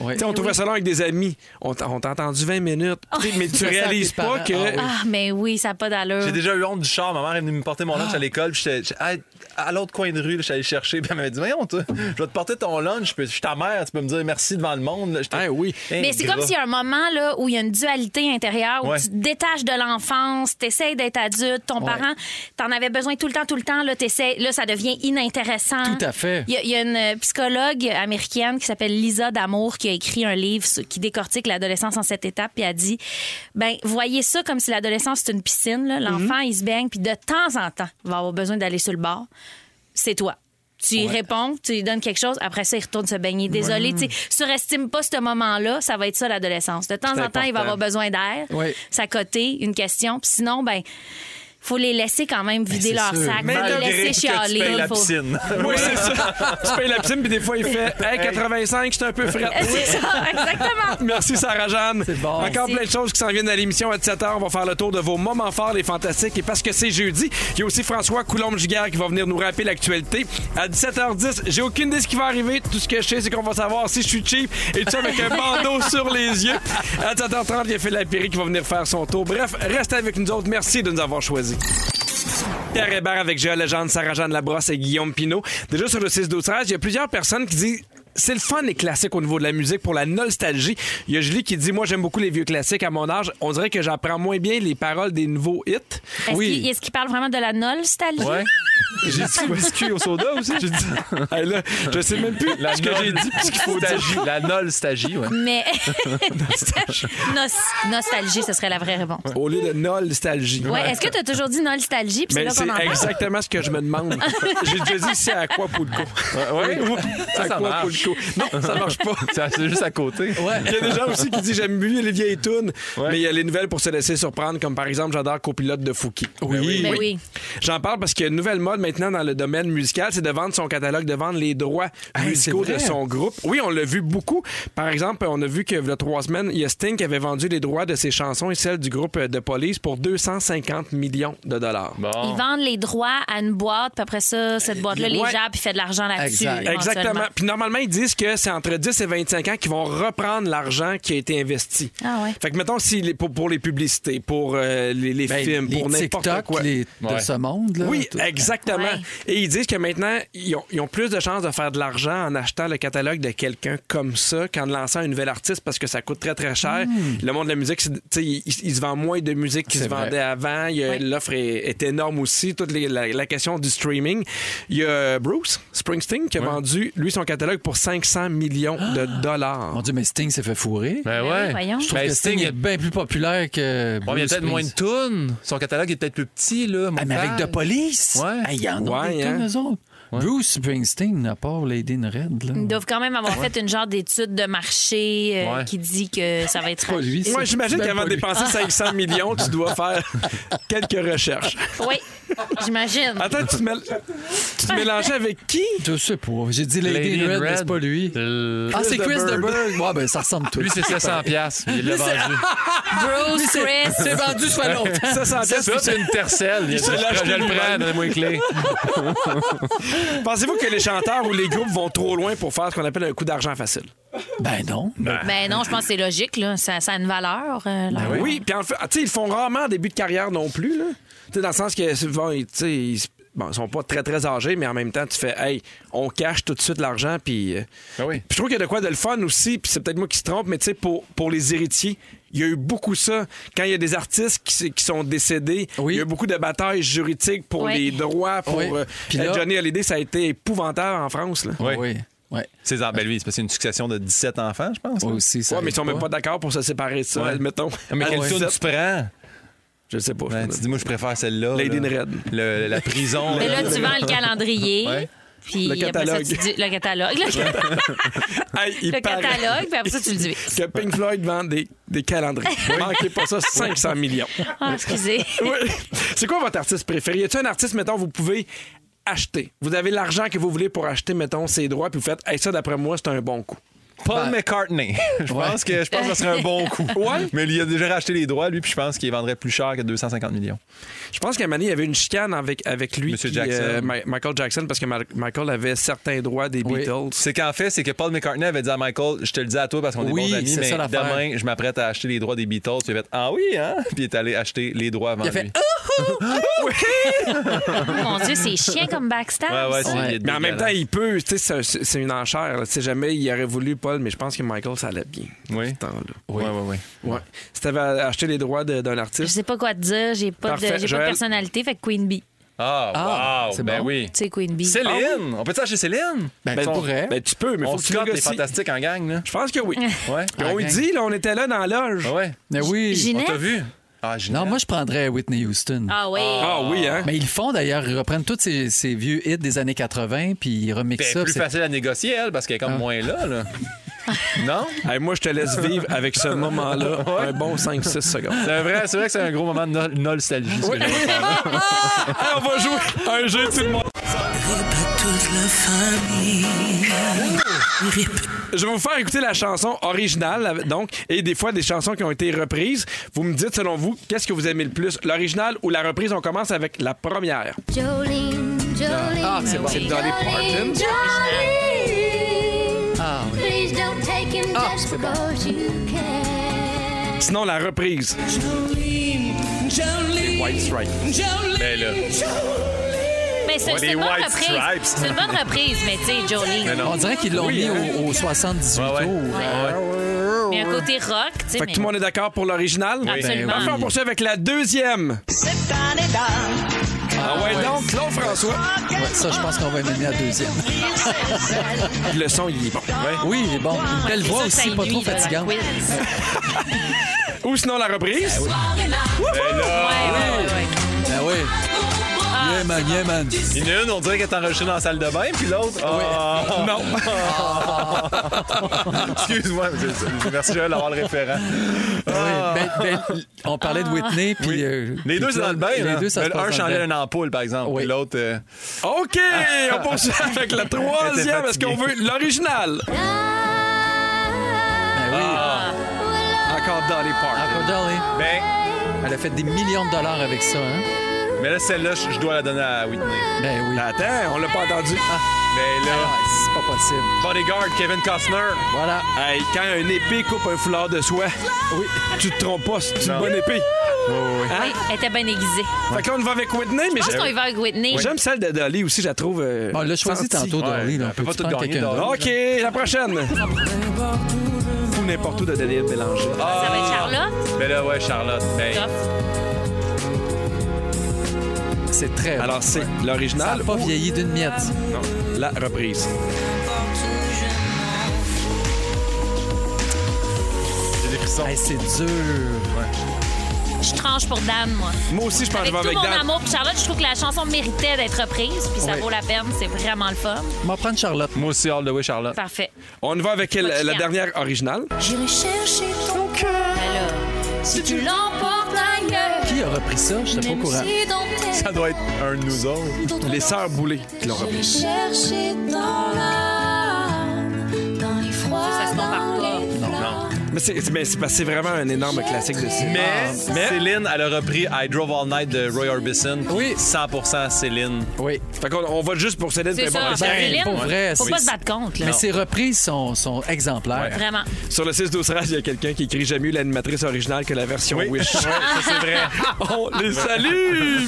S9: Oui.
S5: Tu sais, on trouvait ça long avec des amis. On t'a on t'a entendu 20 minutes. Tu sais, mais tu
S9: fais ça avec
S5: réalises
S9: tes
S5: pas
S9: parents.
S5: que.
S9: Ah oui.
S7: Ah, mais oui, ça n'a pas d'allure.
S6: J'ai déjà eu honte du char. Ma mère est venue me porter mon lunch à l'école. Puis j'étais- j'étais à, à l'autre coin de rue, là, je suis allé le chercher. Puis elle m'avait dit Voyons, toi, je vais te porter ton lunch. Puis je suis ta mère, tu peux me dire merci devant le monde. là. J'étais-
S5: Ah oui.
S6: Hey,
S7: Mais c'est
S6: gras.
S7: comme s'il y a un moment là, où il y a une dualité intérieure, où
S6: Ouais.
S7: tu te détaches de l'enfance, tu d'être adulte, ton parent, t'en avais besoin tout le temps, tout le temps, là, t'essaies- là ça devient inintéressant.
S9: Tout à fait.
S7: Il y a- il y, a une euh, psychologue américaine qui s'appelle Lisa D'Amour qui a écrit un livre sur- qui décortique l'adolescence en cette étape, puis elle dit ben voyez ça comme si l'adolescence c'est une piscine, là. l'enfant il se baigne, puis de temps en temps, il va avoir besoin d'aller sur le bord. C'est toi. Tu y réponds, tu lui donnes quelque chose, après ça, il retourne se baigner. Désolé, tu sais, surestime pas ce moment-là, ça va être ça l'adolescence. De temps en
S5: C'est
S7: temps, il va
S5: important.
S7: avoir besoin d'air,
S9: Oui.
S7: s'accoter, une question, puis sinon, ben faut les laisser quand même vider
S9: c'est
S7: leur
S9: sûr.
S7: sac,
S6: Mais
S7: faut les
S6: malgré
S7: laisser
S6: que
S7: chialer.
S6: Tu payes la
S7: faut-
S6: piscine.
S9: Oh.
S5: Oui, c'est ça. tu payes la piscine, puis des fois, il fait Hey, 85, j'étais un peu frais.
S7: C'est ça, exactement.
S5: Merci, Sarah-Jeanne.
S9: C'est bon.
S5: Encore
S7: Merci.
S5: plein de choses qui s'en viennent à l'émission à 17h. On va faire le tour de vos moments forts, les fantastiques. Et parce que c'est jeudi, il y a aussi François Coulombe-Giguère qui va venir nous rappeler l'actualité. À 17h10, j'ai aucune idée ce qui va arriver. Tout ce que je sais, c'est qu'on va savoir si je suis cheap et tu sais, avec un bandeau sur les yeux. À 17h30, il y a Phil Lapéry qui va venir faire son tour. Bref, restez avec nous autres. Merci de nous avoir choisis. Pierre Hébert avec Géa Legendre, Sarah-Jeanne Labrosse et Guillaume Pinault. Déjà sur le 6-12-13, il y a plusieurs personnes qui disent c'est le fun les classiques au niveau de la musique pour la nostalgie. Il y a Julie qui dit Moi, j'aime beaucoup les vieux classiques à mon âge. On dirait que j'apprends moins bien les paroles des nouveaux hits.
S7: Est-ce qu'il est-ce qu'il parle vraiment de la nostalgie?
S6: Ouais.
S5: J'ai dit quoi, est-ce qu'il y a au soda aussi J'ai dit. Hey, là, je sais même plus
S6: La
S5: ce que j'ai dit.
S6: ce qu'il faut dire. La nostalgie, ouais.
S7: Mais Nos- nostalgie, ce serait la vraie réponse.
S5: Au lieu de nostalgie.
S7: Ouais, est-ce que tu as toujours dit nostalgie puis c'est
S5: Mais
S7: là
S5: c'est
S7: qu'on en parle?
S5: exactement ce que je me demande. J'ai déjà dit c'est à quoi pour le coup.
S6: Ah Ça,
S5: à
S6: ça
S5: quoi pour
S6: marche.
S5: le coup. Non, ça marche pas.
S6: Ça, C'est juste à côté.
S5: Il y a des gens aussi qui disent j'aime mieux les vieilles tunes,
S6: Ouais.
S5: mais il y a les nouvelles pour se laisser surprendre, comme par exemple j'adore copilote de Fouki.
S6: oui.
S7: Ben oui.
S5: J'en parle parce qu'il y a une nouvelle mode maintenant dans le domaine musical, c'est de vendre son catalogue, de vendre les droits musicaux
S9: c'est
S5: de
S9: vrai.
S5: son groupe. Oui, on l'a vu beaucoup. Par exemple, on a vu que il y a trois semaines, il y a Sting qui avait vendu les droits de ses chansons et celles du groupe euh, de police pour 250 millions de dollars.
S7: Ils vendent les droits à une boîte, puis après ça, cette boîte-là, les
S5: Ouais.
S7: gens, puis fait de l'argent là-dessus.
S9: Exact.
S7: éventuellement.
S5: Exactement. Puis normalement, ils disent que c'est entre 10 et 25 ans qu'ils vont reprendre l'argent qui a été investi.
S7: Ah ouais.
S5: Fait que mettons, si les- pour, pour les publicités, pour euh, les, les
S9: Ben,
S5: films,
S9: les
S5: pour n'importe
S9: TikTok,
S5: quoi.
S9: les- de
S6: Ouais.
S9: ce monde. Là,
S5: Oui,
S9: tout-
S5: exactement.
S7: Ouais.
S5: Et ils disent que maintenant, ils ont, ils ont plus de chances de faire de l'argent en achetant le catalogue de quelqu'un comme ça qu'en lançant un nouvel artiste parce que ça coûte très, très cher. Le monde de la musique, c'est- tu sais, il, il se vend moins de musique qu'il
S9: Hmm. C'est
S5: se
S9: vrai.
S5: vendait avant. Il y a-
S7: Oui.
S5: L'offre est, est énorme aussi. Toute les- la, la question du streaming. Il y a euh, Bruce Springsteen qui a vendu, lui, son catalogue pour 500 millions de dollars.
S9: Ah! Mon Dieu, mais Sting s'est fait fourrer.
S6: Ben
S7: oui,
S6: ouais.
S7: voyons.
S9: Je trouve
S6: Ben,
S9: que Sting
S6: Sting,
S9: est bien plus populaire que.
S6: Ouais, mais il y a
S9: Bruce
S6: peut-être moins de
S9: Springsteen.
S6: tunes. Son catalogue est peut-être plus petit, là.
S9: Ah, mais avec
S6: montage.
S9: de police.
S6: Ouais.
S9: Ah, Il y en a
S5: Ouais,
S9: des
S5: hein.
S9: tonnes, eux autres. Bruce Springsteen, à part Lady in Red. Là.
S7: Ils doivent quand même avoir fait une genre d'étude de marché euh,
S6: Ouais.
S7: qui dit que ça va être.
S9: Pas lui, ça.
S5: Moi, j'imagine
S9: Ben,
S5: qu'avant
S9: pas
S5: de
S9: lui.
S5: dépenser 500 millions, tu dois faire quelques recherches.
S7: Oui, j'imagine.
S5: Attends, tu te, mêles- tu te mélangeais avec qui?
S9: Je sais pas. J'ai dit Lady, in Red, mais c'est pas lui.
S6: Euh,
S9: Ah, c'est
S5: Chris
S9: Chris
S5: de
S9: de
S5: Burgh.
S9: Burgh. Ouais, ben ça ressemble tout.
S6: Lui, c'est 700 piastres. Il l'a vendu.
S7: Bruce, Chris.
S9: C'est vendu soit l'autre.
S5: Ça sentait
S6: Ça, c'est une tercelle. Il a dit,
S5: s'est lâché
S6: je je le Ah
S5: lui-même.
S6: prends, donnez-moi une clé.
S5: Pensez-vous que les chanteurs ou les groupes vont trop loin pour faire ce qu'on appelle un coup d'argent facile?
S9: Ben non.
S7: Ben non, je pense que c'est logique, là. Ça, ça a une valeur. euh, leur-
S5: oui. puis en fait, tu sais, ils le font rarement en début de carrière non plus, là. Tu sais, dans le sens que souvent, ils, tu sais, ils bon, ils sont pas très, très âgés, mais en même temps, tu fais, hey, on cache tout de suite l'argent, puis. euh,
S6: Ah oui.
S5: Puis je trouve qu'il y a de quoi de le fun aussi, puis c'est peut-être moi qui se trompe, mais tu sais, pour, pour les héritiers, il y a eu beaucoup ça. Quand il y a des artistes qui, s- qui sont décédés,
S9: Oui.
S5: il y a eu beaucoup de batailles juridiques pour
S7: Oui.
S5: les droits, pour
S9: Oui.
S5: euh,
S9: Puis là-
S5: Johnny Hallyday, ça a été épouvantable en France. Là.
S6: Oui.
S9: Oui. Ouais.
S6: César, ben lui, c'est parce que c'est une succession de 17 enfants, je pense.
S9: Toi aussi, ça.
S5: Ouais, mais ils sont
S9: arrive
S5: même pas d'accord pour se séparer de ça,
S6: Ouais.
S5: admettons.
S6: Ah, Mais
S5: À
S6: quelle tune
S5: 17,
S6: tu prends?
S5: Je sais pas. je
S6: Ben,
S5: me-
S6: tu dis, moi, je préfère celle-là.
S5: Lady
S6: là.
S5: in Red.
S6: Le- la prison.
S7: Mais là, tu vends le calendrier.
S6: Ouais.
S7: Puis après
S5: Le
S7: ça,
S5: catalogue.
S7: tu dis- le catalogue. Le,
S5: Hey, il
S7: le
S5: paraît
S7: catalogue, puis après ça, tu le dis.
S5: Que Pink Floyd vend des, des calendriers. Manquez pas ça, 500 millions.
S7: Ah, excusez.
S5: Oui. C'est quoi votre artiste préféré? Y a-t-il un artiste, mettons, vous pouvez acheter? Vous avez l'argent que vous voulez pour acheter, mettons, ses droits, puis vous faites, hey, ça, d'après moi, c'est un bon coup.
S6: Paul
S9: Ben,
S6: McCartney. Je pense que je pense que ce serait un bon coup. Mais il a déjà racheté les droits, lui, puis je pense qu'il vendrait plus cher que 250 millions.
S5: Je pense qu'à Mané, il y avait une chicane avec, avec lui,
S6: Monsieur
S5: puis,
S6: Jackson.
S5: Ma- Michael Jackson, parce que Ma- Michael avait certains droits des
S9: Oui.
S5: Beatles.
S6: C'est qu'en fait, c'est que Paul McCartney avait dit à Michael, je te le dis à toi parce qu'on est
S9: Oui,
S6: bons amis,
S9: c'est
S6: mais
S9: ça l'affaire.
S6: demain, je m'apprête à acheter les droits des Beatles. Tu fait ah oui, hein? Puis il est allé acheter les droits avant
S9: Il a fait
S6: lui.
S7: Oh Mon Dieu, c'est chien comme backstab.
S6: Ouais, ouais,
S7: ça.
S6: c'est- il est
S5: Mais en même temps,
S6: dégueulasse.
S5: il peut. tu sais, C'est un- c'est une enchère. là. Tu sais, jamais il aurait voulu Paul, mais je pense que Michael, ça allait bien. dans
S6: Oui.
S5: ce temps-là.
S6: Oui, oui, oui.
S5: Ouais. Si t'avais acheté les droits de- d'un
S7: Je
S5: artiste.
S7: sais pas quoi te dire, j'ai pas, de,
S5: Parfait,
S7: j'ai pas de
S5: Joël.
S7: personnalité, fait que Queen Bee.
S6: Ah,
S9: Ah,
S6: wow,
S9: c'est
S6: ben
S9: bon. Ah
S6: oui.
S7: Tu sais, Queen Bee.
S6: Céline! On peut-tu acheter Céline?
S9: Ben, tu
S5: on-
S9: pourrais.
S5: ben, tu peux, mais
S6: on
S5: faut que
S6: se
S5: tu
S6: cote les
S5: négocies.
S6: fantastiques en gang, là.
S5: Je pense que oui.
S6: Ouais.
S5: Puis on
S9: Ah,
S5: le
S9: gang.
S5: dit, là, on était là dans la loge.
S6: Ah ouais.
S9: Mais oui.
S7: Ginette?
S6: On t'a vu? Ah,
S9: Non, moi, je prendrais Whitney Houston.
S7: Ah oui.
S5: Ah oui, hein?
S9: Mais ils le font d'ailleurs, ils reprennent tous ces, ces vieux hits des années 80 puis ils remixent
S6: C'est
S9: ça.
S6: Ben,
S9: Ah.
S6: plus
S9: puis
S6: facile à négocier, elle, parce qu'elle est comme moins là, là. non?
S5: Hey, moi, je te laisse vivre avec ce moment-là un bon 5-6 secondes.
S6: C'est vrai, c'est vrai que c'est un gros moment de no- nostalgie. ce que j'ai.
S5: Hey, on va jouer à un jeu tout le monde. Je vais vous faire écouter la chanson originale, la- donc, et des fois des chansons qui ont été reprises. Vous me dites, selon vous, qu'est-ce que vous aimez le plus, l'original ou la reprise? On commence avec la première.
S10: Jolene, Jolene.
S9: Ah, c'est bon.
S5: C'est Dolly Parton.
S10: Jolene.
S9: Ah, oui.
S10: Please don't take him
S9: Ah,
S10: just
S9: c'est bon.
S10: because you can.
S5: Sinon, la reprise. Les White Stripes.
S6: Ben là.
S7: Mais c'est
S6: Ouais,
S7: c'est
S6: les
S7: une bonne
S6: White
S7: reprise.
S6: Stripes.
S7: C'est une bonne reprise, mais tu sais, Jolie.
S6: Mais non.
S9: On dirait qu'ils l'ont mis au, au 78
S6: hein. ah Ouais, ouais.
S9: tours.
S7: Mais un côté rock, tu sais.
S5: Fait que
S7: mais-
S5: tout le monde est d'accord pour l'original?
S7: Absolument.
S5: Parfait, on poursuit avec la deuxième. Ah ouais, donc, Claude François.
S9: Ouais, ça, je pense qu'on va mener à deuxième.
S5: Le son, il est bon.
S9: Oui, il est bon. Une belle
S7: C'est
S9: voix
S7: sûr que ça
S9: aussi, pas
S7: induit,
S9: trop
S7: là, la
S9: fatigante.
S7: quiz.
S5: Ou sinon, la reprise.
S6: Ben
S7: Ouais,
S6: là.
S7: ouais, ouais, ouais.
S9: Ben oui. Yeah, man, yeah, man.
S6: Il y en a une, on dirait qu'elle est enregistrée dans la salle de bain, puis l'autre. ah.
S5: Non.
S6: Excuse-moi, mais c'est- merci Joël d'avoir le référent.
S9: Oui, ben, ben, on parlait de Whitney, puis... euh,
S6: Ah. Les
S9: puis
S6: deux, c'est dans le bain.
S9: Les
S6: là.
S9: deux, ça se
S6: Le-
S9: passe
S6: Un
S9: dans
S6: changeait
S9: le
S6: une
S9: bain.
S6: ampoule, par exemple,
S9: Oui.
S6: puis l'autre. euh,
S5: OK, on poursuit avec la troisième. Est-ce qu'on veut l'original?
S9: Ben
S6: Ah.
S9: oui.
S5: Encore Dolly Parton.
S9: Encore Dolly.
S6: Ben,
S9: Elle a fait des millions de dollars avec ça, hein?
S6: mais là, celle-là, je je dois la donner à Whitney.
S9: Ben oui.
S6: Ah.
S9: Ah,
S5: Attends, on l'a pas entendu.
S6: Mais là,
S9: C'est pas possible.
S6: Bodyguard, Kevin Costner.
S9: Voilà.
S5: Hey, quand un épée coupe un foulard de soie, oui. tu te trompes pas, c'est une
S6: Non.
S5: bonne épée.
S9: Ah.
S5: Hein?
S7: Oui, Elle était bien aiguisée.
S5: Fait que là, on va avec Whitney, mais
S7: Je pense
S5: j'ai-
S7: qu'on y va avec Whitney.
S5: j'aime celle de Dolly aussi, je la trouve. euh,
S9: On Ah, l'a choisi
S5: sentie.
S9: tantôt, Dolly.
S6: Ouais,
S9: là,
S6: on
S9: on
S6: peut
S9: peut
S6: pas tout
S9: prendre
S6: gagner,
S9: quelqu'un
S6: Dolly.
S9: d'autre?
S5: OK, la prochaine. Ou n'importe où de Daniel Bélanger.
S7: Ça va être Charlotte.
S6: Mais là, ouais, Charlotte. Ben,
S7: Tough.
S9: C'est très bon.
S5: Alors, c'est
S9: ça
S5: l'original
S9: n'a pas
S6: oh.
S5: ou
S9: vieilli d'une miette.
S5: la reprise.
S6: j'ai des frissons.
S9: Hey, c'est dur.
S7: Je tranche pour Dan, moi.
S5: Moi aussi, je pense que je
S7: Avec
S5: vais
S7: tout
S5: avec
S7: mon
S5: Dan.
S7: amour pour Charlotte, je trouve que la chanson méritait d'être reprise, puis ça
S5: Oui.
S7: vaut la peine. C'est vraiment le fun.
S9: On va prendre Charlotte.
S6: Moi aussi, all the way, Charlotte.
S7: Parfait.
S5: On y va avec la, la
S7: chien.
S5: dernière originale.
S10: J'irai chercher ton cœur
S7: Alors,
S10: si tu l'emportes ailleurs.
S9: Qui a repris ça? Je n'étais pas au courant.
S10: Si dans tes
S6: Ça doit être un de nous autres.
S10: d'autres
S5: Les sœurs boulées qui l'ont
S10: J'irai
S5: reprise.
S10: chercher dans l'âme, dans les froids,
S7: Ça, ça se compare
S10: dans
S7: pas.
S10: les flammes.
S5: Mais c'est mais c'est parce que c'est vraiment un énorme classique de cinéma.
S6: Mais,
S11: Ah.
S6: Céline, elle a repris I Drove All Night de Roy Orbison.
S9: Oui.
S6: 100 Céline.
S9: Oui.
S5: Fait qu'on on va juste pour Céline.
S7: c'est
S5: puis bon,
S7: ça.
S5: reste-
S9: ben,
S7: Céline,
S9: pour vrai,
S7: faut
S9: c'est-
S7: pas se battre contre. là.
S9: Mais ces reprises sont, sont exemplaires.
S7: Vraiment.
S5: Sur le 6 12 il y a quelqu'un qui écrit J'aime mieux l'animatrice originale que la version Wish.
S6: c'est vrai.
S5: on les salue!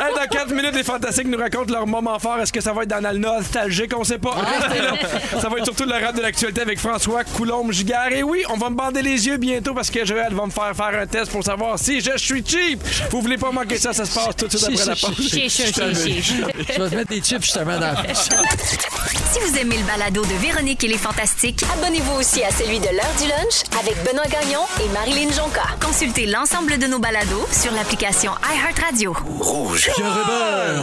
S5: Hey, dans 4 minutes, les Fantastiques nous racontent leur moment fort. Est-ce que ça va être dans la nostalgique? On sait pas. Restez là. Ça va être surtout le rap de l'actualité avec François Coulombe-Gigard. Et oui, on va me bander les yeux bientôt parce que Joël va me faire faire un test pour savoir si je suis cheap. Vous voulez pas manquer ça, ça se passe tout de suite après la pause.
S7: Chier, chier, chier, chier.
S9: Je vais te mettre des chips justement dans la fiche.
S1: Si vous aimez le balado de Véronique et les Fantastiques,
S2: Abonnez-vous aussi à celui de l'heure du lunch avec Benoît Gagnon et Marilyn Jonca.
S1: consultez l'ensemble de nos balados sur l'application iHeartRadio.
S3: Rouge.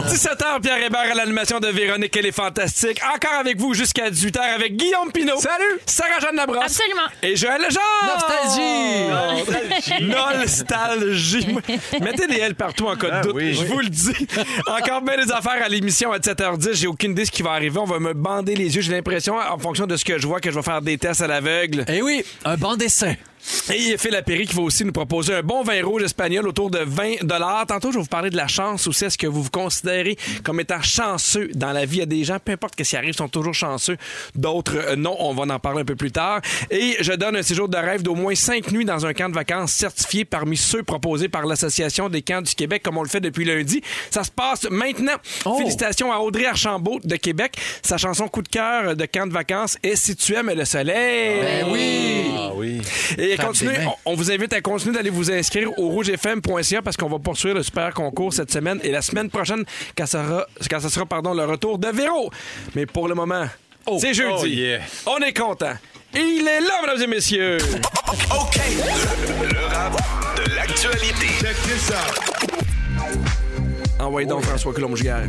S5: 17h, Pierre Hébert à l'animation de Véronique et les Fantastiques. Encore avec vous jusqu'à 18h avec Guillaume Pinot. Salut! Sarah-Jeanne Labrosse.
S7: Absolument.
S5: Et Joël Legendre.
S6: Oh!
S11: Ah,
S9: Nostalgie!
S6: Ah,
S5: Nostalgie! Nostalgie! Mettez des L partout en cas de
S6: Ah
S5: doute,
S6: oui.
S5: je vous le dis. Encore bien des affaires à l'émission à 7h10. J'ai aucune idée ce qui va arriver. On va me bander les yeux. J'ai l'impression, en fonction de ce que je vois, que je vais faire des tests à l'aveugle.
S9: Eh oui, un bon dessin.
S5: Et il y a Phil Lapéry qui va aussi nous proposer un bon vin rouge espagnol autour de 20 Tantôt, je vais vous parler de la chance aussi. Est-ce que vous vous considérez comme étant chanceux dans la vie? Il y a des gens, peu importe ce qui arrive, sont toujours chanceux. D'autres, euh, non. On va en parler un peu plus tard. Et je donne un séjour de rêve d'au moins cinq nuits dans un camp de vacances certifié parmi ceux proposés par l'Association des camps du Québec, comme on le fait depuis lundi. Ça se passe maintenant. Félicitations à Audrey Archambault de Québec. Sa chanson Coup de cœur de camp de vacances est Si tu aimes le soleil.
S6: Ah oui.
S5: Et
S9: Frappe
S5: continuez,
S9: des mains.
S5: on, on vous invite à continuer d'aller vous inscrire au rougefm.ca parce qu'on va poursuivre le super concours cette semaine et la semaine prochaine quand ça sera, quand ça sera pardon, le retour de Véro. Mais pour le moment, c'est jeudi.
S6: Oh, yeah.
S5: On est content. Il est là, mesdames et messieurs.
S3: OK. Le, le rap de l'actualité.
S5: Envoyez donc François coulombe -Giguère.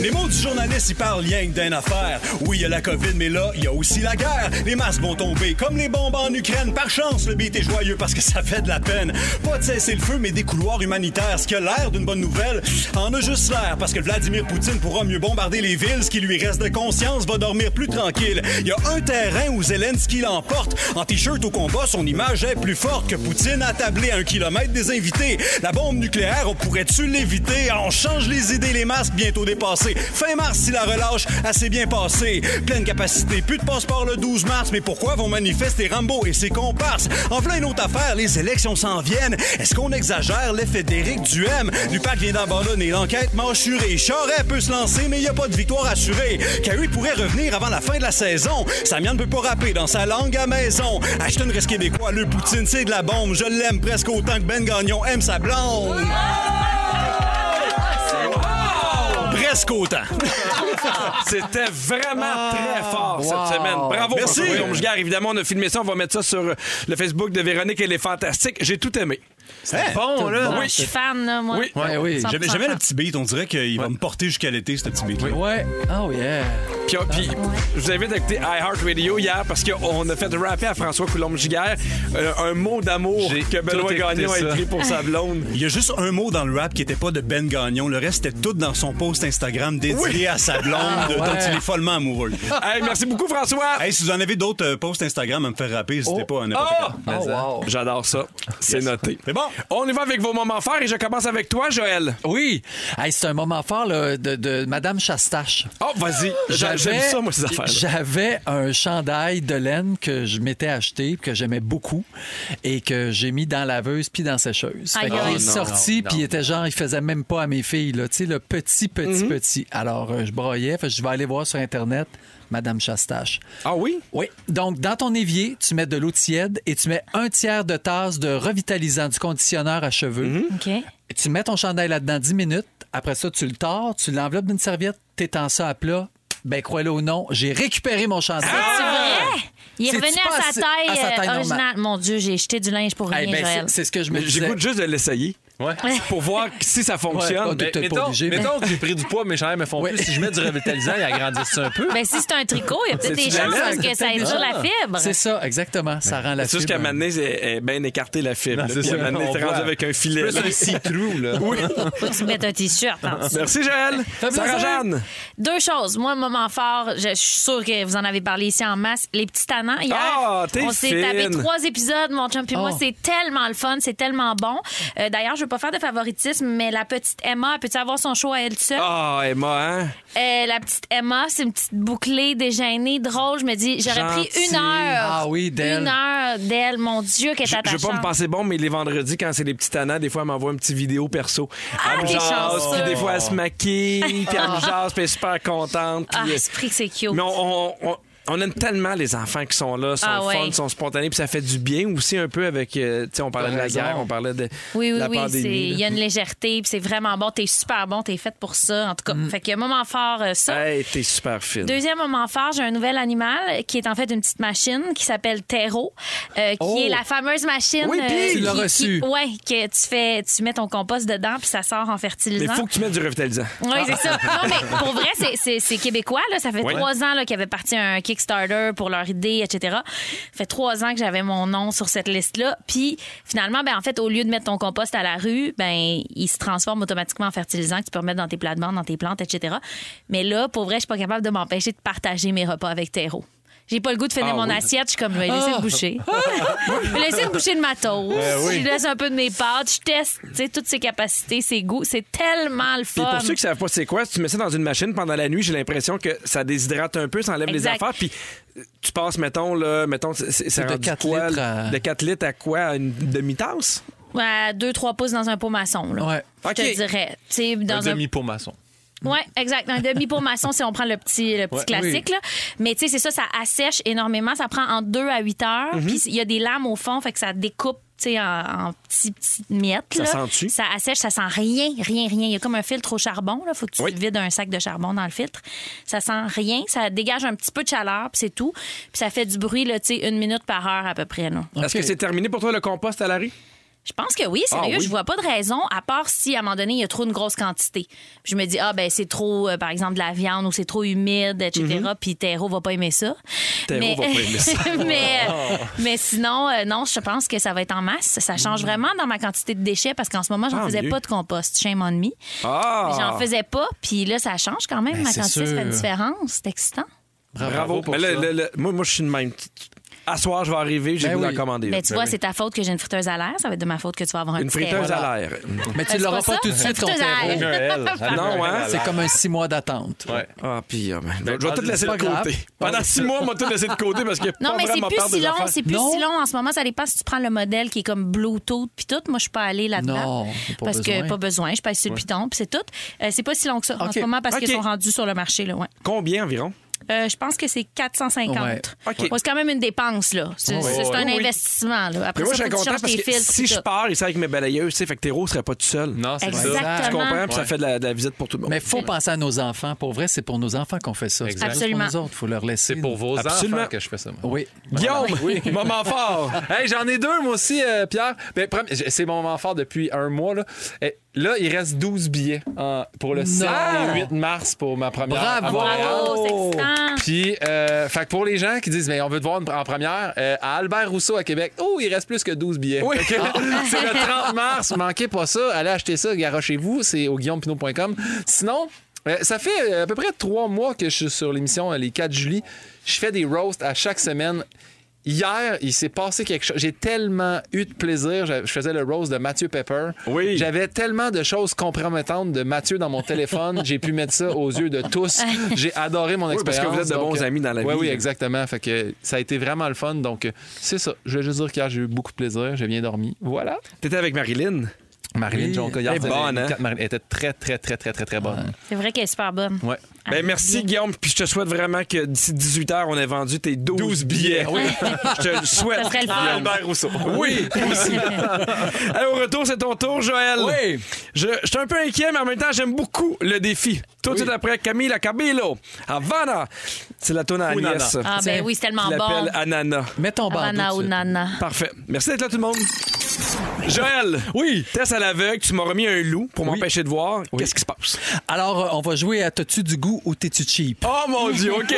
S11: Les mots du journaliste, ils parlent rien que d'une affaire. Oui, il y a la COVID, mais là, il y a aussi la guerre. Les masques vont tomber comme les bombes en Ukraine. Par chance, le beat est joyeux parce que ça fait de la peine. Pas de cesser le feu, mais des couloirs humanitaires. Ce qui a l'air d'une bonne nouvelle en a juste l'air parce que Vladimir Poutine pourra mieux bombarder les villes. Ce qui lui reste de conscience va dormir plus tranquille. Il y a un terrain où Zelensky l'emporte. En t-shirt au combat, son image est plus forte que Poutine attablé à un kilomètre des invités. La bombe nucléaire, on pourrait-tu l'éviter? On change les idées, les masques bientôt dépassés. Fin mars, si la relâche, assez bien passée. Pleine capacité, plus de passeport le 12 mars. Mais pourquoi vont manifester Rambo et ses comparses? En plein une autre affaire, les élections s'en viennent. Est-ce qu'on exagère l'effet d'Éric Duhem? Dupac vient d'abandonner l'enquête manchurée. Charret peut se lancer, mais il n'y a pas de victoire assurée. Cahu pourrait revenir avant la fin de la saison. Samian ne peut pas rapper dans sa langue à maison. Ashton reste québécois, le Poutine, c'est de la bombe. Je l'aime presque autant que Ben Gagnon aime sa blonde. Presque autant.
S5: C'était vraiment
S6: Ah,
S5: très fort cette semaine. Bravo,
S11: Merci.
S5: François Coulombe-Giguère. Évidemment, on a filmé ça. On va mettre ça sur euh, le Facebook de Véronique. Elle est fantastique. J'ai tout aimé.
S11: Hey,
S6: Bon, là.
S7: Je suis fan, là, moi.
S5: Oui.
S9: Ouais, Eh oui.
S11: J'aimais j'aimais le petit beat. On dirait qu'il va me porter jusqu'à l'été, ce petit beat.
S9: Ouais. Oh yeah.
S5: Puis, puis, je vous invite à écouter iHeartRadio hier parce qu'on a fait rapper à François Coulombe-Giguère euh, un mot d'amour
S6: J'ai
S5: que Benoît
S6: tout écouté
S5: Gagnon a
S6: ça.
S5: écrit pour sa blonde.
S11: Il y a juste un mot dans le rap qui était pas de Ben Gagnon. Le reste, c'était tout dans son post Instagram dédié à sa blonde
S5: Ah,
S11: de dont il est follement amoureux.
S5: Hey, merci beaucoup, François.
S11: hey, si vous en avez d'autres euh, posts Instagram à me faire rapper, n'hésitez pas à n'importe
S5: Oh!
S9: Oh wow.
S5: J'adore ça. C'est noté.
S11: C'est bon.
S5: On y va avec vos moments forts et je commence avec toi, Joël.
S9: Oui. Hey, c'est un moment fort là, de, de Madame Chastache.
S5: Oh, vas-y. J'a- J'aime
S9: J'avais-
S5: ça, moi, ces affaires.
S9: J'avais un chandail de laine que je m'étais acheté, que j'aimais beaucoup, et que j'ai mis dans laveuse puis dans sécheuse. Fait
S7: Aïe,
S9: qu'il
S7: aïe.
S9: est sorti, puis il était genre, il faisait même pas à mes filles, là, tu sais, le petit, petit,
S5: Mm-hmm.
S9: petit. Alors, euh, je broyais, fait que je vais aller voir sur Internet Madame Chastache.
S5: Ah oui?
S9: Oui. Donc, dans ton évier, tu mets de l'eau tiède et tu mets un tiers de tasse de revitalisant, du conditionneur à cheveux.
S5: Mm-hmm.
S7: OK.
S9: Et Tu mets ton chandail là-dedans 10 minutes. Après ça, tu le tords, tu l'enveloppes d'une serviette, t'étends ça à plat. Ben, crois-le ou non, j'ai récupéré mon chandail.
S7: C'est vrai? Ah! Il est
S9: C'est-tu
S7: revenu
S9: pas
S7: à
S9: assez-
S7: sa taille,
S9: à sa taille
S7: euh,
S9: normale?
S7: originale. Mon Dieu, j'ai jeté du linge pour
S9: Eh
S7: rien,
S9: ben,
S7: Joël.
S9: c'est- c'est ce que je me disais.
S5: J'écoute juste de l'essayer
S6: Ouais.
S5: pour voir si ça
S9: Ouais,
S5: fonctionne.
S9: t'es peut-être pas
S6: mettons,
S9: obligé, mais-
S6: mettons que j'ai pris du poids, mes chandelles me font
S9: Ouais.
S6: plus. Si je mets du revitalisant, ils agrandissent un peu.
S7: Ben, si c'est un tricot, il y a peut-être des
S5: C'est-tu la
S7: chances
S5: laine?
S7: parce que ça étire la fibre.
S9: C'est ça, exactement. Ça rend la
S5: C'est
S9: fibre. hein.
S5: juste qu'à Mané, elle est bien écartée la fibre.
S6: Non,
S5: là.
S6: c'est
S5: Puis à
S6: ça.
S5: Mané,
S6: On
S5: c'est
S6: voit.
S5: rendu avec un filet.
S6: Plus
S5: là.
S6: un see-through, là.
S5: Oui.
S7: Faut que tu mettes un t-shirt en dessous.
S5: Merci, Joël.
S9: plaisir.
S5: Sarah-Jeanne.
S7: Deux choses. Moi, moment fort, je, je suis sûre que vous en avez parlé ici en masse. Les petits tannants, hier,
S5: Ah, t'es
S7: on s'est
S5: fine.
S7: tapé trois épisodes, mon chum puis moi.
S9: Oh.
S7: C'est tellement le fun, c'est tellement bon. Euh, D'ailleurs, je veux pas faire de favoritisme, mais la petite Emma, elle peut-tu avoir son show à elle seule?
S5: Ah, Emma, hein?
S7: Euh, la petite Emma, c'est une petite bouclée, déjeuner, drôle. Je me dis, j'aurais pris
S5: Gentille.
S7: une heure.
S9: Ah oui, d'elle.
S7: Une heure d'elle, mon Dieu, qu'elle est
S5: Je, je vais pas me
S7: attachante.
S5: penser bon, mais les vendredis, quand c'est les petits tannants, des fois, elle m'envoie une petite vidéo perso. elle me
S7: Ah, t'es
S5: jase,
S7: chanceux.
S5: puis des fois, elle se maquille, puis elle me jase, puis elle est super contente.
S7: Ah,
S5: puis- euh,
S7: c'est pris que c'est cute.
S5: mais on, on- on- on aime tellement les enfants qui sont là, sont
S7: Ah ouais.
S5: fun, sont spontanés, puis ça fait du bien aussi un peu avec. euh, tu sais, on parlait de la
S9: raison.
S5: guerre, on parlait de
S7: Oui, oui,
S5: la
S7: oui. c'est-
S5: pandémie.
S7: Il y
S5: là.
S7: a une légèreté, puis c'est vraiment bon. T'es super bon, t'es faite pour ça, en tout cas.
S5: Mm.
S7: Fait qu'il y a un moment fort, euh, ça.
S5: Hey, t'es super fine.
S7: Deuxième moment fort, j'ai un nouvel animal qui est en fait une petite machine qui s'appelle Terreau, euh, qui
S9: Oh.
S7: est la fameuse machine.
S9: Oui, puis
S7: euh,
S9: tu l'as
S7: qui-
S9: reçu.
S7: qui- Ouais, que tu fais, tu mets ton compost dedans puis ça sort en
S5: Mais
S7: fertilisant.
S5: il faut que tu mettes du revitalisant.
S7: Oui, c'est ça. Non, mais pour vrai, c'est- c'est c'est québécois. Là. Ça fait
S5: Oui.
S7: trois ans là, qu'il avait parti un kick Kickstarter pour leur idée, etc. Ça fait trois ans que j'avais mon nom sur cette liste-là. Puis finalement, ben, en fait, au lieu de mettre ton compost à la rue, ben, il se transforme automatiquement en fertilisant que tu peux remettre dans tes plates-bandes, dans tes plantes, etc. Mais là, pour vrai, je suis pas capable de m'empêcher de partager mes repas avec Terreau. J'ai pas le goût de finir
S6: Ah
S7: mon
S6: oui.
S7: assiette. Je suis comme, je vais laisser
S6: Ah.
S7: le boucher. je vais laisser le boucher de ma toast.
S6: Ben oui.
S7: Je laisse un peu de mes pâtes. Je teste tu sais, toutes ses capacités, ses goûts. C'est tellement le
S5: Puis
S7: fun.
S5: pour ceux qui savent pas c'est quoi, si tu mets ça dans une machine pendant la nuit, j'ai l'impression que ça déshydrate un peu, ça enlève les
S7: Exact.
S5: affaires. Puis euh, tu passes, mettons, là, mettons, c'est- c'est c'est
S9: de
S5: rendu
S9: quatre
S5: quoi,
S9: litres à-
S5: De 4 litres à quoi? À une demi-tasse?
S7: Ouais, deux, trois pouces dans un pot maçon. Là.
S9: Ouais.
S7: Je te
S5: Ok.
S7: dirais. Tu sais,
S6: Un
S7: Dans un,
S6: demi-pot maçon.
S7: Oui, exact. Un demi pour maçon, si on prend le petit, le petit
S6: Ouais,
S7: classique. Là. Mais tu sais, c'est ça, ça assèche énormément. Ça prend entre 2 à 8 heures.
S5: Mhm.
S7: Puis il y a des lames au fond, fait que ça découpe tu sais, en, en petits, petites miettes.
S5: Ça
S7: là.
S5: sent-tu?
S7: Ça assèche, ça sent rien, rien, rien. Il y a comme un filtre au charbon. Il faut que tu
S5: Oui.
S7: vides un sac de charbon dans le filtre. Ça sent rien. Ça dégage un petit peu de chaleur, puis c'est tout. Puis ça fait du bruit, là, tu sais, une minute par heure à peu près. Là.
S5: Est-ce que c'est terminé pour toi le compost à la rue?
S7: Je pense que oui, sérieux,
S5: Ah oui?
S7: je vois pas de raison, à part si à un moment donné, il y a trop une grosse quantité. Puis je me dis, ah ben c'est trop, euh, par exemple, de la viande ou c'est trop humide, etc. Puis Terreau va pas aimer ça.
S5: Terreau Mhm. va pas aimer ça. Ah.
S7: mais, euh, mais sinon, euh, non, je pense que ça va être en masse. Ça change vraiment dans ma quantité de déchets parce qu'en ce moment, j'en
S5: Tant
S7: faisais
S5: Mm. Ah, mieux.
S7: pas de compost, shame on me.
S5: Ah!
S7: J'en faisais pas, puis là, ça change quand même.
S9: Ben,
S7: ma
S9: c'est
S7: quantité, ça fait une
S9: sûr.
S7: différence. C'est excitant.
S5: Bravo. Mais là, le- le- moi, moi, je suis de même. À soir, je vais arriver, j'ai
S9: Ben
S5: voulu
S9: oui.
S5: en commander.
S7: Ben, tu vois, c'est ta faute que j'ai une friteuse à l'air. Ça va être de ma faute que tu vas avoir un
S5: Une
S7: petit
S5: friteuse
S7: terreau.
S5: à l'air.
S9: Mais
S7: Euh,
S9: tu
S7: c'est pas
S9: l'auras pas
S7: ça?
S9: tout de suite, ton
S7: Friteuse à
S9: terreau.
S7: l'air.
S5: Non, hein?
S9: Ah C'est comme un six mois d'attente.
S5: Ah, puis, ah, ben, je vais
S6: pas-
S5: tout laisser de
S9: pas
S5: côté.
S9: grave.
S5: Pendant six mois, on m'a tout laissé de côté parce que
S7: Non,
S5: pas
S7: mais c'est
S5: vraiment peur
S7: plus
S5: de
S7: si long,
S5: affaires.
S7: c'est plus
S9: Non.
S7: si long en ce moment. Ça dépend si tu prends le modèle qui est comme Bluetooth puis tout. Moi, je suis pas allée là-dedans.
S9: Non, pas
S7: parce
S9: besoin.
S7: que pas besoin. Je passe sur le Python, puis c'est tout. Euh, c'est pas si long que ça en
S9: OK.
S7: ce moment parce
S5: OK.
S7: qu'ils sont rendus sur le marché. Là, ouais.
S5: Combien environ?
S7: Euh, je pense que c'est 450.
S9: Ouais.
S5: OK.
S7: Ouais, c'est quand même une dépense. là. C'est
S5: Ouais.
S7: c'est un
S5: Oui, oui.
S7: investissement. Là. Après
S5: Mais moi,
S7: ça,
S5: je
S7: faut
S5: serais
S7: que tu
S5: content
S7: changes
S5: parce
S7: tes
S5: que
S7: filtres.
S5: si
S7: puis
S5: je
S7: tout.
S5: pars ici avec mes balayeuses, c'est fait que Théro serait pas tout seul.
S6: Non, c'est ça.
S5: Tu
S7: Exactement.
S5: comprends? Puis ça
S6: Ouais.
S5: fait de la, de la visite pour tout le monde.
S9: Mais faut penser à nos enfants. Pour vrai, c'est pour nos enfants qu'on fait ça. C'est
S6: Exact.
S9: pas juste pour
S7: Absolument.
S9: nous autres, faut leur laisser.
S6: C'est pour vos
S5: Absolument.
S6: enfants que je fais ça. moi.
S9: Oui.
S5: Guillaume, moment fort.
S6: Hey, j'en ai deux, moi aussi, euh, Pierre. Ben, prom- j- c'est mon moment fort depuis un mois. Là, Eh, là il reste 12 billets en- pour le 7 et 8 mars pour ma première.
S9: Bravo!
S6: à Montréal.
S7: Bravo, c'est excitant.
S6: Puis, euh, fait que pour les gens qui disent, mais on veut te voir en première, euh, à Albert Rousseau à Québec, oh, il reste plus que 12 billets. Fait que c'est le 30 mars. Manquez pas ça. Allez acheter ça, garochez-vous. C'est au guillaumepinot.com. Sinon, euh, ça fait euh, à peu près trois mois que je suis sur l'émission euh, Les 4 Julie. Je fais des roasts à chaque semaine. Hier, il s'est passé quelque chose. J'ai tellement eu de plaisir. Je je faisais le roast de Mathieu Pepper.
S5: Oui.
S6: J'avais tellement de choses compromettantes de Mathieu dans mon téléphone. J'ai pu mettre ça aux yeux de tous. J'ai adoré mon
S5: Oui, parce que
S6: expérience,
S5: vous êtes de
S6: donc,
S5: bons
S6: euh,
S5: amis dans la
S6: ouais,
S5: vie.
S6: Oui, exactement. Fait que ça a été vraiment le fun. Donc, euh, c'est ça. Je vais juste dire qu'hier, j'ai eu beaucoup de plaisir. J'ai bien dormi. Voilà.
S5: T'étais avec Marilyn.
S6: Marilyn Jonca, hier,
S5: Elle est
S6: c'était-
S5: bonne, hein?
S6: Marilyn- elle était très, très, très, très, très, très bonne.
S7: C'est vrai qu'elle est super bonne.
S6: Ouais.
S5: Ben, merci, Guillaume. Puis je te souhaite vraiment que d'ici 18h, on ait vendu tes 12, billets. je te le souhaite.
S7: Ça serait le fun.
S5: Guillaume.
S6: Rousseau.
S5: Oui, moi aussi. Allez, au retour, c'est ton tour, Joël.
S9: Oui.
S5: Je, je suis un peu inquiet, mais en même temps, j'aime beaucoup le défi. Tout de suite après, Camille Cabello, Havana. C'est la tonne à
S6: Ou
S5: Agnès.
S7: Ah, ben oui, c'est tellement
S5: Qui
S7: bon.
S5: l'appelle Anana.
S9: Mets ton
S7: Havana
S9: bandeau.
S7: ou
S9: dessus.
S7: nana.
S5: Parfait. Merci d'être là, tout le monde. Joël, oui. test à l'aveugle, tu m'as remis un loup pour m'empêcher de voir. Qu'est-ce qui se passe?
S9: Alors, euh, on va jouer à T'as-tu du goût ou t'es-tu cheap?
S5: Oh mon Dieu, OK.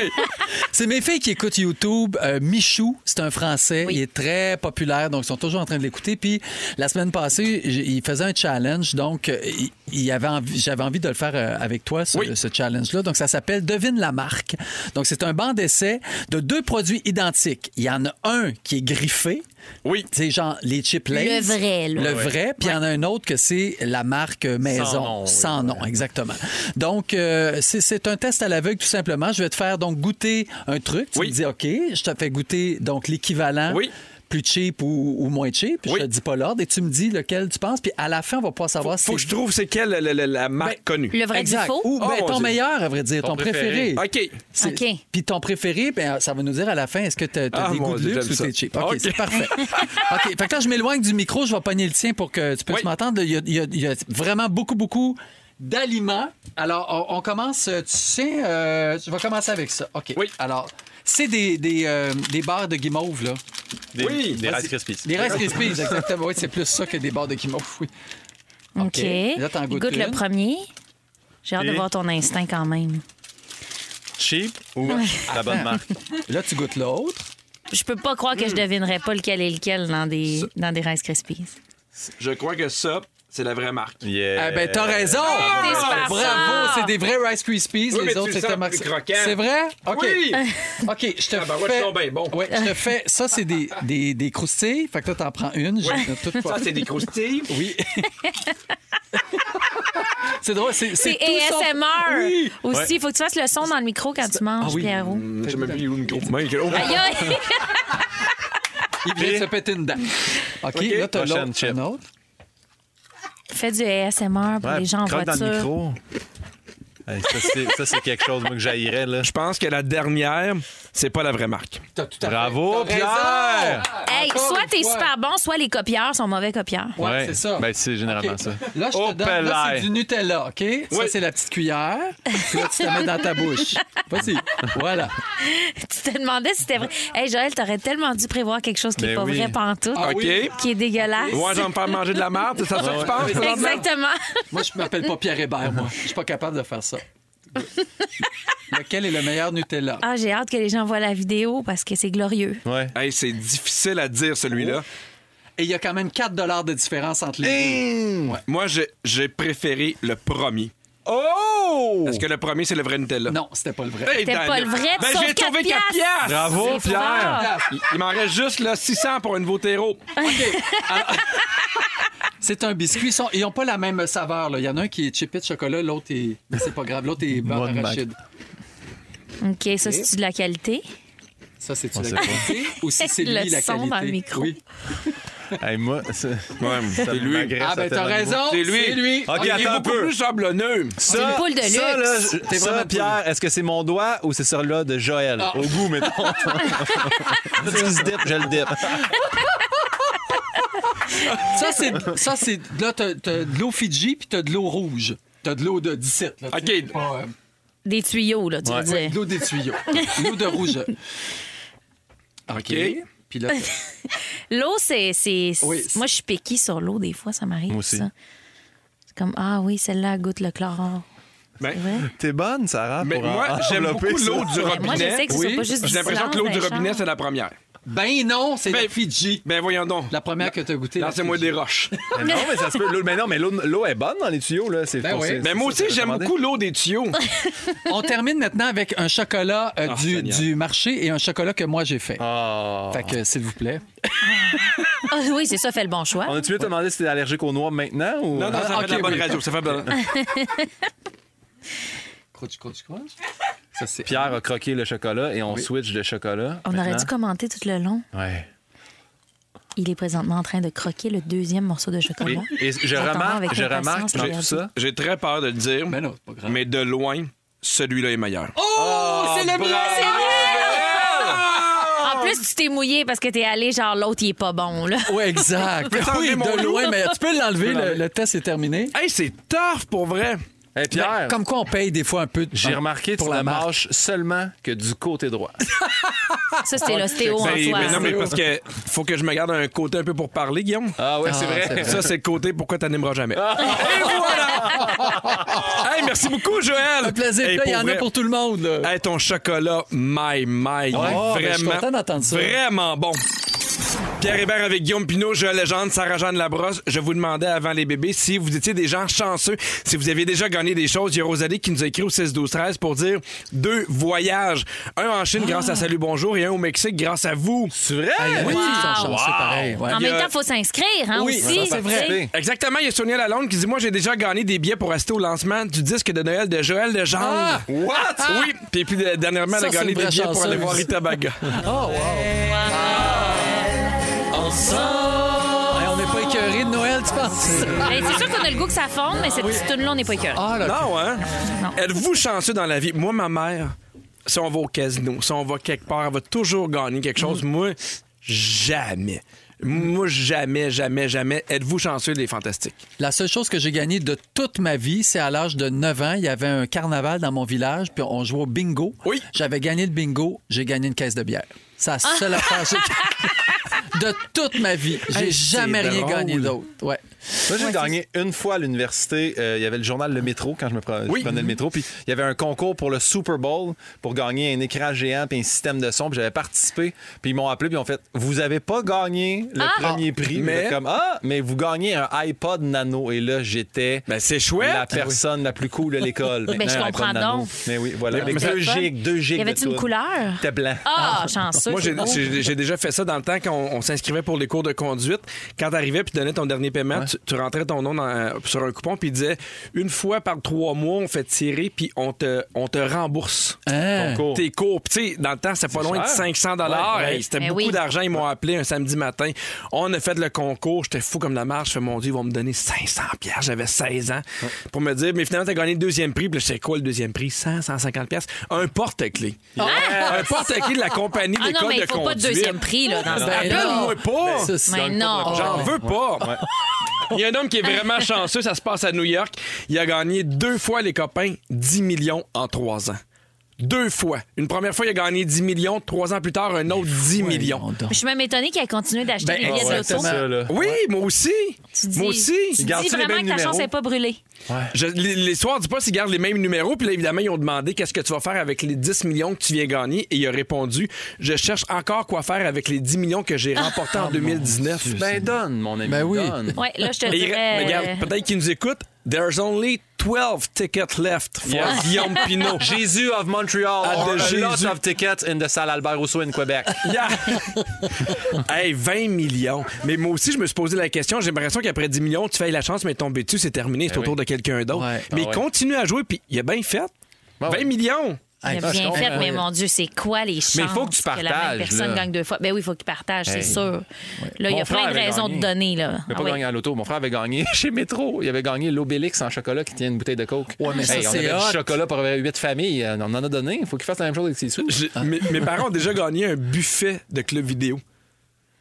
S9: C'est mes filles qui écoutent YouTube. Euh, Michou, c'est un Français.
S7: Oui.
S9: Il est très populaire, donc ils sont toujours en train de l'écouter. Puis la semaine passée, j'ai- il faisait un challenge. Donc, euh, il- il avait envie- j'avais envie de le faire euh, avec toi, ce,
S5: Oui.
S9: ce challenge-là. Donc, ça s'appelle Devine la marque. Donc, c'est un banc d'essai de deux produits identiques. Il y en a un qui est griffé.
S5: Oui.
S9: C'est genre les chips Lays.
S7: Le vrai, là.
S9: Le vrai. Puis il y en a un autre que c'est la marque euh, maison. Sans
S6: nom,
S9: nom.
S6: oui.
S9: exactement. Donc, euh, c'est c'est un test à l'aveugle, tout simplement. Je vais te faire donc goûter un truc. Tu
S5: Oui.
S9: me dis, OK, je te fais goûter donc l'équivalent.
S5: Oui.
S9: Plus cheap ou, ou moins cheap.
S5: Oui.
S9: Je te dis pas l'ordre. Et tu me dis lequel tu penses. Puis à la fin, on va pouvoir savoir si
S5: Faut que je trouve c'est quelle la, la- la marque connue.
S7: Le vrai
S9: Exact.
S7: du faux.
S9: Ou
S5: Oh,
S9: ben,
S5: mon
S9: ton
S5: Dieu.
S9: meilleur, à vrai dire, ton,
S6: Ton préféré.
S9: préféré.
S5: OK.
S9: C'est-
S7: OK.
S9: Puis ton préféré, ben, ça va nous dire à la fin, est-ce que tu as,
S5: Ah,
S9: des
S5: mon
S9: goûts de
S5: Dieu,
S9: luxe
S5: j'aime
S9: ou
S5: ça.
S9: t'es cheap? OK,
S5: OK.
S9: c'est parfait. OK, fait que quand je m'éloigne du micro, je vais pogner le tien pour que tu puisses
S5: Oui.
S9: m'entendre. Il y, a, il y a- il y a vraiment beaucoup, beaucoup d'aliments. Alors, on, on commence, euh, tu sais, euh, tu vas commencer avec ça. OK.
S5: Oui.
S9: Alors, c'est des, des, euh, des barres de guimauve, là.
S6: Des,
S5: Oui.
S6: des
S5: Vas-y.
S6: Rice Krispies.
S9: Des Rice Krispies, exactement. Oui, c'est plus ça que des barres de guimauve, oui.
S7: OK.
S9: Là, t'en goûtes
S7: Goûte le
S9: une.
S7: premier. J'ai hâte de
S6: Et-
S7: voir ton instinct quand même.
S6: cheap ou la bonne marque?
S9: Là, tu goûtes l'autre.
S7: Je peux pas croire que
S9: Hmm.
S7: je devinerais pas lequel est lequel dans des, dans des Rice Krispies.
S5: Je crois que ça, c'est la vraie marque.
S6: Yeah.
S9: Eh ben, t'as raison!
S7: Ah, c'est super
S9: Bravo!
S7: fort.
S9: C'est des vrais Rice Krispies.
S5: Oui, mais
S9: les
S5: tu
S9: autres,
S5: le
S9: c'était
S5: sens
S9: marqué.
S5: plus croquant.
S9: C'est vrai? OK.
S5: Oui!
S9: OK, je te
S5: Ah, ben, ouais,
S9: fais...
S5: c'est donc bien bon.
S9: Ouais, je te fais... Ça, c'est des, des, des croustilles. Fait que toi, t'en prends une. J'ai tout
S5: Ça, c'est des croustilles.
S9: Oui. c'est drôle. C'est
S7: C'est
S9: tout sauf-
S7: ASMR.
S9: Oui.
S7: Aussi, il faut que tu fasses le son dans le micro quand tu manges,
S9: Ah oui.
S7: Pierrot.
S5: Je sais même plus où le micro.
S7: Aïe, aïe.
S9: Il vient de se péter une dent. OK, là, t'as
S6: prochaine
S9: l'autre.
S6: chip.
S9: un autre.
S7: Fais du ASMR pour
S6: Ouais,
S7: les gens en
S6: croque
S7: voiture.
S6: dans le micro. Hey, ça, c'est- ça, c'est quelque chose moi, que j'haïrais. là.
S5: Je pense que la dernière, c'est pas la vraie marque.
S9: T'as tout à fait-
S6: Bravo,
S9: t'as
S6: Pierre!
S9: raison.
S7: Hey,
S9: Encore
S7: soit
S9: une
S7: t'es
S9: fois.
S7: super bon, soit les copieurs sont mauvais copieurs.
S9: Ouais,
S6: Ouais,
S9: c'est ça.
S6: ben, c'est généralement
S9: OK.
S6: ça.
S9: Là, je te
S6: Oh,
S9: donne, là, c'est
S6: pelle.
S9: du Nutella, OK? Ça,
S5: Oui.
S9: c'est la petite cuillère. Puis là, tu te mets dans ta bouche. Vas-y. Voilà.
S7: Tu te demandais si c'était vrai. Hey, Joël, t'aurais tellement dû prévoir quelque chose qui n'est
S6: Ben
S7: pas
S6: oui.
S7: vrai pantoute,
S9: Ah
S5: OK.
S9: oui.
S7: qui est dégueulasse.
S5: Ouais, j'en me faire manger de la marde, c'est ça ça que tu penses? présentement?
S7: Exactement.
S9: Moi, je m'appelle pas Pierre Hébert, moi. Je suis pas capable de faire ça. Lequel est le meilleur Nutella?
S7: Ah, j'ai hâte que les gens voient la vidéo parce que c'est glorieux.
S6: Ouais.
S5: Hey, c'est difficile à dire celui-là.
S9: Et il y a quand même 4 de différence entre les
S5: Moi, j'ai- j'ai préféré le premier.
S6: Oh!
S5: Est-ce que le premier, c'est le vrai Nutella?
S9: deux. Non, c'était pas le vrai.
S5: Hey,
S7: C'était
S5: Dan,
S7: pas le vrai, tu
S5: Ben,
S7: sauves
S5: j'ai
S7: quatre
S5: trouvé 4
S7: piastres.
S5: piastres!
S6: Bravo,
S7: C'est
S6: Pierre!
S7: fort.
S5: Il- Il m'en reste juste là, 600 pour un nouveau terreau.
S9: Ah. C'est un biscuit. Ils sont- Ils n'ont pas la même saveur. là. Il y en a un qui est chip de chocolat, l'autre est. Mais c'est pas grave. L'autre est beurre
S6: Moi de Mac.
S9: arachide.
S7: OK, ça, c'est-tu de la qualité?
S9: Ça, c'est-tu
S6: On
S9: la
S6: sait pas.
S9: qualité ou si c'est lui
S7: Le
S9: la
S7: son
S9: qualité?
S7: dans le micro.
S9: Oui.
S6: Hey, moi, c'est ça
S5: lui.
S6: m'agresse
S9: Ah, ben, t'as
S6: à tellement de
S9: raison.
S5: C'est lui.
S9: C'est lui.
S6: Ok,
S5: Il est
S6: attends un
S5: beaucoup
S6: peu.
S5: plus sablonneux.
S6: Ça,
S7: C'est une poule de
S6: ça,
S7: luxe.
S6: là, je-
S9: T'es
S6: ça,
S9: vraiment une
S6: Pierre, est-ce que c'est mon doigt ou c'est celui-là de Joël?
S5: Ah.
S6: Au goût, mettons. tu se dip, je le dip.
S9: Ça, c'est. Ça, c'est. Là, t'as t'as de l'eau Fidji puis t'as de l'eau rouge. T'as de l'eau de 17. Là, tu
S5: OK.
S9: sais, c'est pas, euh,
S7: Des tuyaux, là, tu
S6: Ouais.
S7: veux
S9: de
S7: dire.
S9: l'eau des tuyaux. l'eau de rouge. OK.
S5: OK.
S9: Puis là, t'as-
S7: L'eau, c'est. c'est-
S9: Oui, c'est-
S7: Moi, je suis piquée sur l'eau, des fois, ça m'arrive.
S6: Moi aussi.
S7: ça. C'est comme, ah oui, celle-là elle goûte le chlore.
S5: Ben,
S7: C'est vrai?
S6: T'es bonne, Sarah,
S5: Mais
S6: pour en-
S5: moi, j'aime
S6: envelopper
S5: beaucoup
S6: ça.
S5: l'eau du
S7: Mais moi, je sais
S5: robinet.
S7: que ce
S9: oui.
S7: sont pas juste du
S5: J'ai l'impression que l'eau
S7: silence
S5: du
S7: dans les
S5: robinet,
S7: chars.
S5: c'est la première.
S9: Ben non, c'est
S5: Ben-
S9: la Fidji.
S5: Ben voyons donc.
S9: La première que t'as goûtée. la
S5: Lancez-moi
S9: Fidji.
S5: des roches. Ben,
S6: Mais non, mais ça se peut. L'eau- Mais non, mais l'eau, l'eau est bonne dans les tuyaux, là. C'est
S9: Ben
S6: pour-
S9: oui.
S6: c'est-
S5: Mais
S6: c'est
S5: moi
S6: ça
S5: aussi,
S6: que
S5: j'aime
S6: recommandé.
S5: beaucoup l'eau des tuyaux.
S9: On termine maintenant avec un chocolat euh,
S5: Ah,
S9: du,
S5: Seigneur.
S9: du marché et un chocolat que moi j'ai fait.
S6: Ah.
S9: Fait que, s'il vous plaît.
S7: Ah oui, c'est ça, fait le bon choix.
S6: On a-tu mieux te demander si t'es allergique aux noix maintenant ou.
S5: Non, non, ça
S9: Ah,
S5: fait de la
S9: ok,
S5: bonne
S9: oui.
S5: radio. Ça fait de la-
S9: Croche, croche, croche. Ça, c'est.
S6: Pierre a croqué le chocolat et on switch de chocolat.
S7: On aurait dû
S6: maintenant.
S7: commenter tout le long.
S6: Ouais.
S7: Il est présentement en train de croquer le deuxième morceau de
S6: Et,
S7: chocolat.
S6: et je
S7: J'attends avec
S6: remarque,
S7: impatience
S6: je remarque,
S7: la
S6: j'ai tout
S7: réalité.
S6: ça.
S5: J'ai très peur de le dire,
S9: Ben non, c'est pas grave.
S5: mais de loin, celui-là est meilleur.
S9: Oh, c'est le
S7: C'est
S9: mien!
S7: vrai! En plus, tu t'es mouillé parce que t'es allé genre l'autre, il est pas bon, là.
S9: Oui, exact.
S5: peux
S9: Oui,
S5: t'enlever mon
S9: de
S5: loup.
S9: loin, mais tu peux l'enlever, le, le test est terminé.
S5: Hey, c'est tough pour vrai.
S6: Hey, Pierre,
S9: Ben, comme quoi, on paye des fois un peu. de-
S6: j'ai remarqué, tu
S9: pour
S6: ne
S9: la marque.
S6: marches seulement que du côté droit.
S7: Ça, c'est l'ostéo en
S5: Ben,
S7: soi.
S5: mais non, mais parce que faut que je me garde un côté un peu pour parler, Guillaume.
S6: Ah ouais, c'est vrai.
S5: Ça, c'est le côté pourquoi t'animeras jamais. Et
S9: Ah.
S5: voilà! hey, merci beaucoup, Joël!
S9: Un plaisir.
S5: Hey,
S9: Puis là, il y en
S5: vrai,
S9: a pour tout le monde. là.
S5: hey, ton chocolat, my, my,
S9: Oh, ben, je suis
S5: vraiment,
S9: content d'entendre ça.
S5: vraiment bon. Pierre Hébert avec Guillaume Pinot, Joël Legendre, Sarah-Jeanne Labrosse. Je vous demandais avant les bébés si vous étiez des gens chanceux, si vous aviez déjà gagné des choses. Il y a Rosalie qui nous a écrit au 16-12-13 pour dire deux voyages. Un en Chine grâce
S9: Ah.
S5: à Salut Bonjour et un au Mexique grâce à vous.
S6: C'est vrai?
S9: Oui, ils sont chanceux,
S6: Wow.
S9: pareil. ouais.
S7: En
S5: Il y a-
S7: même temps, il faut s'inscrire, hein,
S9: Oui,
S7: aussi.
S9: ça, c'est vrai.
S7: tu sais.
S5: Exactement, il y a Sonia Lalonde qui dit Moi, j'ai déjà gagné des billets pour assister au lancement du disque de Noël de Joël Legendre.
S9: Ah!
S5: What? Oui. Puis, puis, euh, dernièrement, elle
S9: Ça,
S5: a
S9: c'est
S5: gagné
S9: une
S5: des
S9: vraie
S5: billets pour aller
S9: chanceuse.
S5: voir Itabaga.
S9: Hey, on n'est pas écœurés de Noël, tu penses?
S7: Ben, c'est sûr qu'on a le goût que ça fonde, mais cette petite tune-là, on n'est pas écœuré.
S9: Ah, là,
S5: non, hein?
S7: Non.
S5: Êtes-vous chanceux dans la vie? Moi, ma mère, si on va au casino, si on va quelque part, elle va toujours gagner quelque
S7: Mm.
S5: chose. Moi, jamais. Moi, jamais, jamais, jamais. Êtes-vous chanceux, les fantastiques?
S9: La seule chose que j'ai gagnée de toute ma vie, c'est à l'âge de 9 ans, il y avait un carnaval dans mon village, puis on jouait au bingo.
S5: Oui.
S9: J'avais gagné le bingo, j'ai gagné une caisse de bière. C'est la seule affaire j'ai- de toute ma vie. J'ai
S6: Ah! Hey, c'est
S9: jamais rien
S6: drôle.
S9: gagné d'autre. Ouais.
S6: Moi, j'ai
S9: Ouais,
S6: gagné une fois à l'université. euh, il y avait le journal Le Métro quand je me pre- je
S5: Oui.
S6: prenais le métro. Puis il y avait un concours pour le Super Bowl pour gagner un écran géant puis un système de son. Puis j'avais participé. Puis ils m'ont appelé. Puis ils ont fait Vous avez pas gagné le
S7: Ah!
S6: premier prix.
S5: Mais-
S6: Mais... comme Ah, mais vous gagnez un iPod Nano. Et là, j'étais
S5: Ben, c'est chouette.
S6: la personne la plus cool de l'école.
S7: Ben,
S6: Maintenant,
S7: je
S6: un iPod
S7: comprends
S6: Nano.
S7: donc.
S6: Mais oui, voilà. Avec
S7: Mais c'est
S6: 2
S7: le fun.
S6: gigs, 2 gigs.
S7: Y avait-tu
S6: de
S7: une
S6: tout.
S7: couleur?
S6: C'était blanc.
S7: Ah, chanceux.
S5: Moi, j'ai-
S7: c'est beau.
S5: j'ai j'ai déjà fait ça dans le temps quand on, on s'inscrivait pour les cours de conduite. Quand t'arrivais puis tu donnais ton dernier paiement, tu, tu rentrais ton nom dans- euh, sur un coupon puis il disait une fois par trois mois, on fait tirer puis on te, on te rembourse
S9: Hein?
S6: Concours.
S5: tes cours. Puis tu sais, dans le temps, c'était pas loin de
S6: cher.
S5: 500
S9: Ouais, ouais.
S5: Hey, C'était
S7: Mais
S5: beaucoup
S7: Ben oui.
S5: d'argent. Ils m'ont appelé un samedi matin. On a fait le concours. J'étais fou comme la marche. Je fais, mon Dieu, ils vont me donner 500 pièces. J'avais 16 ans pour me dire, mais finalement, t'as gagné le deuxième prix. Puis là, je sais quoi le deuxième prix? 100, 150 pièces. Un porte-clés. Un porte-clés de la compagnie
S7: Ah
S5: d'école de
S7: non, mais il
S5: conduite.
S7: faut pas de deuxième prix, là, dans ce
S9: Ben
S7: temps-là.
S5: Appelle-moi pas.
S9: Ben, ça, c'est-
S7: Mais non.
S5: J'en
S9: Ouais.
S5: veux pas. Il y a un homme qui est vraiment chanceux, ça se passe à New York. Il a gagné deux fois, les copains, 10 millions en trois ans. Deux fois. Une première fois, il a gagné 10 millions. Trois ans plus tard, un autre 10 millions.
S9: Voyons donc.
S7: Je suis même étonnée qu'elle continue d'acheter
S9: Ben,
S7: des billets de
S9: ouais,
S7: l'auto.
S9: exactement.
S6: Ça, là.
S5: Oui, moi aussi.
S7: Tu dis,
S5: Moi aussi.
S7: tu
S6: Gardes-tu
S7: dis
S6: les
S7: vraiment
S6: mêmes
S7: que ta chance
S6: numéros?
S7: n'est pas brûlée.
S5: Je- les, les soirs du poste, ils gardent les mêmes numéros. Puis là, évidemment, ils ont demandé qu'est-ce que tu vas faire avec les 10 millions que tu viens gagner. Et il a répondu Je cherche encore quoi faire avec les 10 millions que j'ai remportés en 2019.
S6: Ben donne, mon ami.
S9: Ben oui.
S6: donne.
S7: Ouais, là, je te
S5: Et il-
S7: dirais. euh,
S5: regarde, peut-être qu'ils nous écoutent. There's only 12 tickets left for Guillaume Pinot.
S6: Jésus of Montreal.
S5: Ah, de
S6: or a
S5: Jésus.
S6: lot of tickets in the salle Albert Rousseau in Québec.
S5: Yeah. hey, 20 millions. Mais moi aussi, je me suis posé la question. J'ai l'impression qu'après 10 millions, tu fais la chance, mais tomber dessus, c'est terminé, c'est
S6: Ben
S5: au tour
S6: oui.
S5: de quelqu'un d'autre.
S9: Ouais.
S5: Mais
S6: Ah ouais.
S5: continue à jouer, puis il a bien fait.
S6: Ben
S5: 20
S6: oui.
S5: millions.
S9: Hey,
S7: Il a bien
S9: franchement,
S7: fait, mais mon Dieu, c'est quoi les chances
S6: Ah, Mais il faut que tu
S7: la
S6: partages,
S7: même personne
S6: là.
S7: gagne deux fois? Ben oui, il faut qu'il partage,
S6: Hey.
S7: c'est sûr. Là, il y
S6: Mon
S7: a plein
S6: frère
S7: de
S6: avait
S7: raisons
S6: gagné.
S7: de donner. Là. Ah
S6: Mais pas
S7: oui.
S6: gagné à l'auto. Mon frère avait gagné chez Métro. Il avait gagné l'Obélix en chocolat qui tient une bouteille de coke.
S9: Ouais, mais ça,
S6: on
S9: c'est
S6: avait
S9: hot.
S6: du chocolat pour avoir huit familles. Euh, On en a donné. Il faut qu'il fasse la même chose avec ses sous.
S5: Je- mes, mes parents ont déjà gagné un buffet de club vidéo.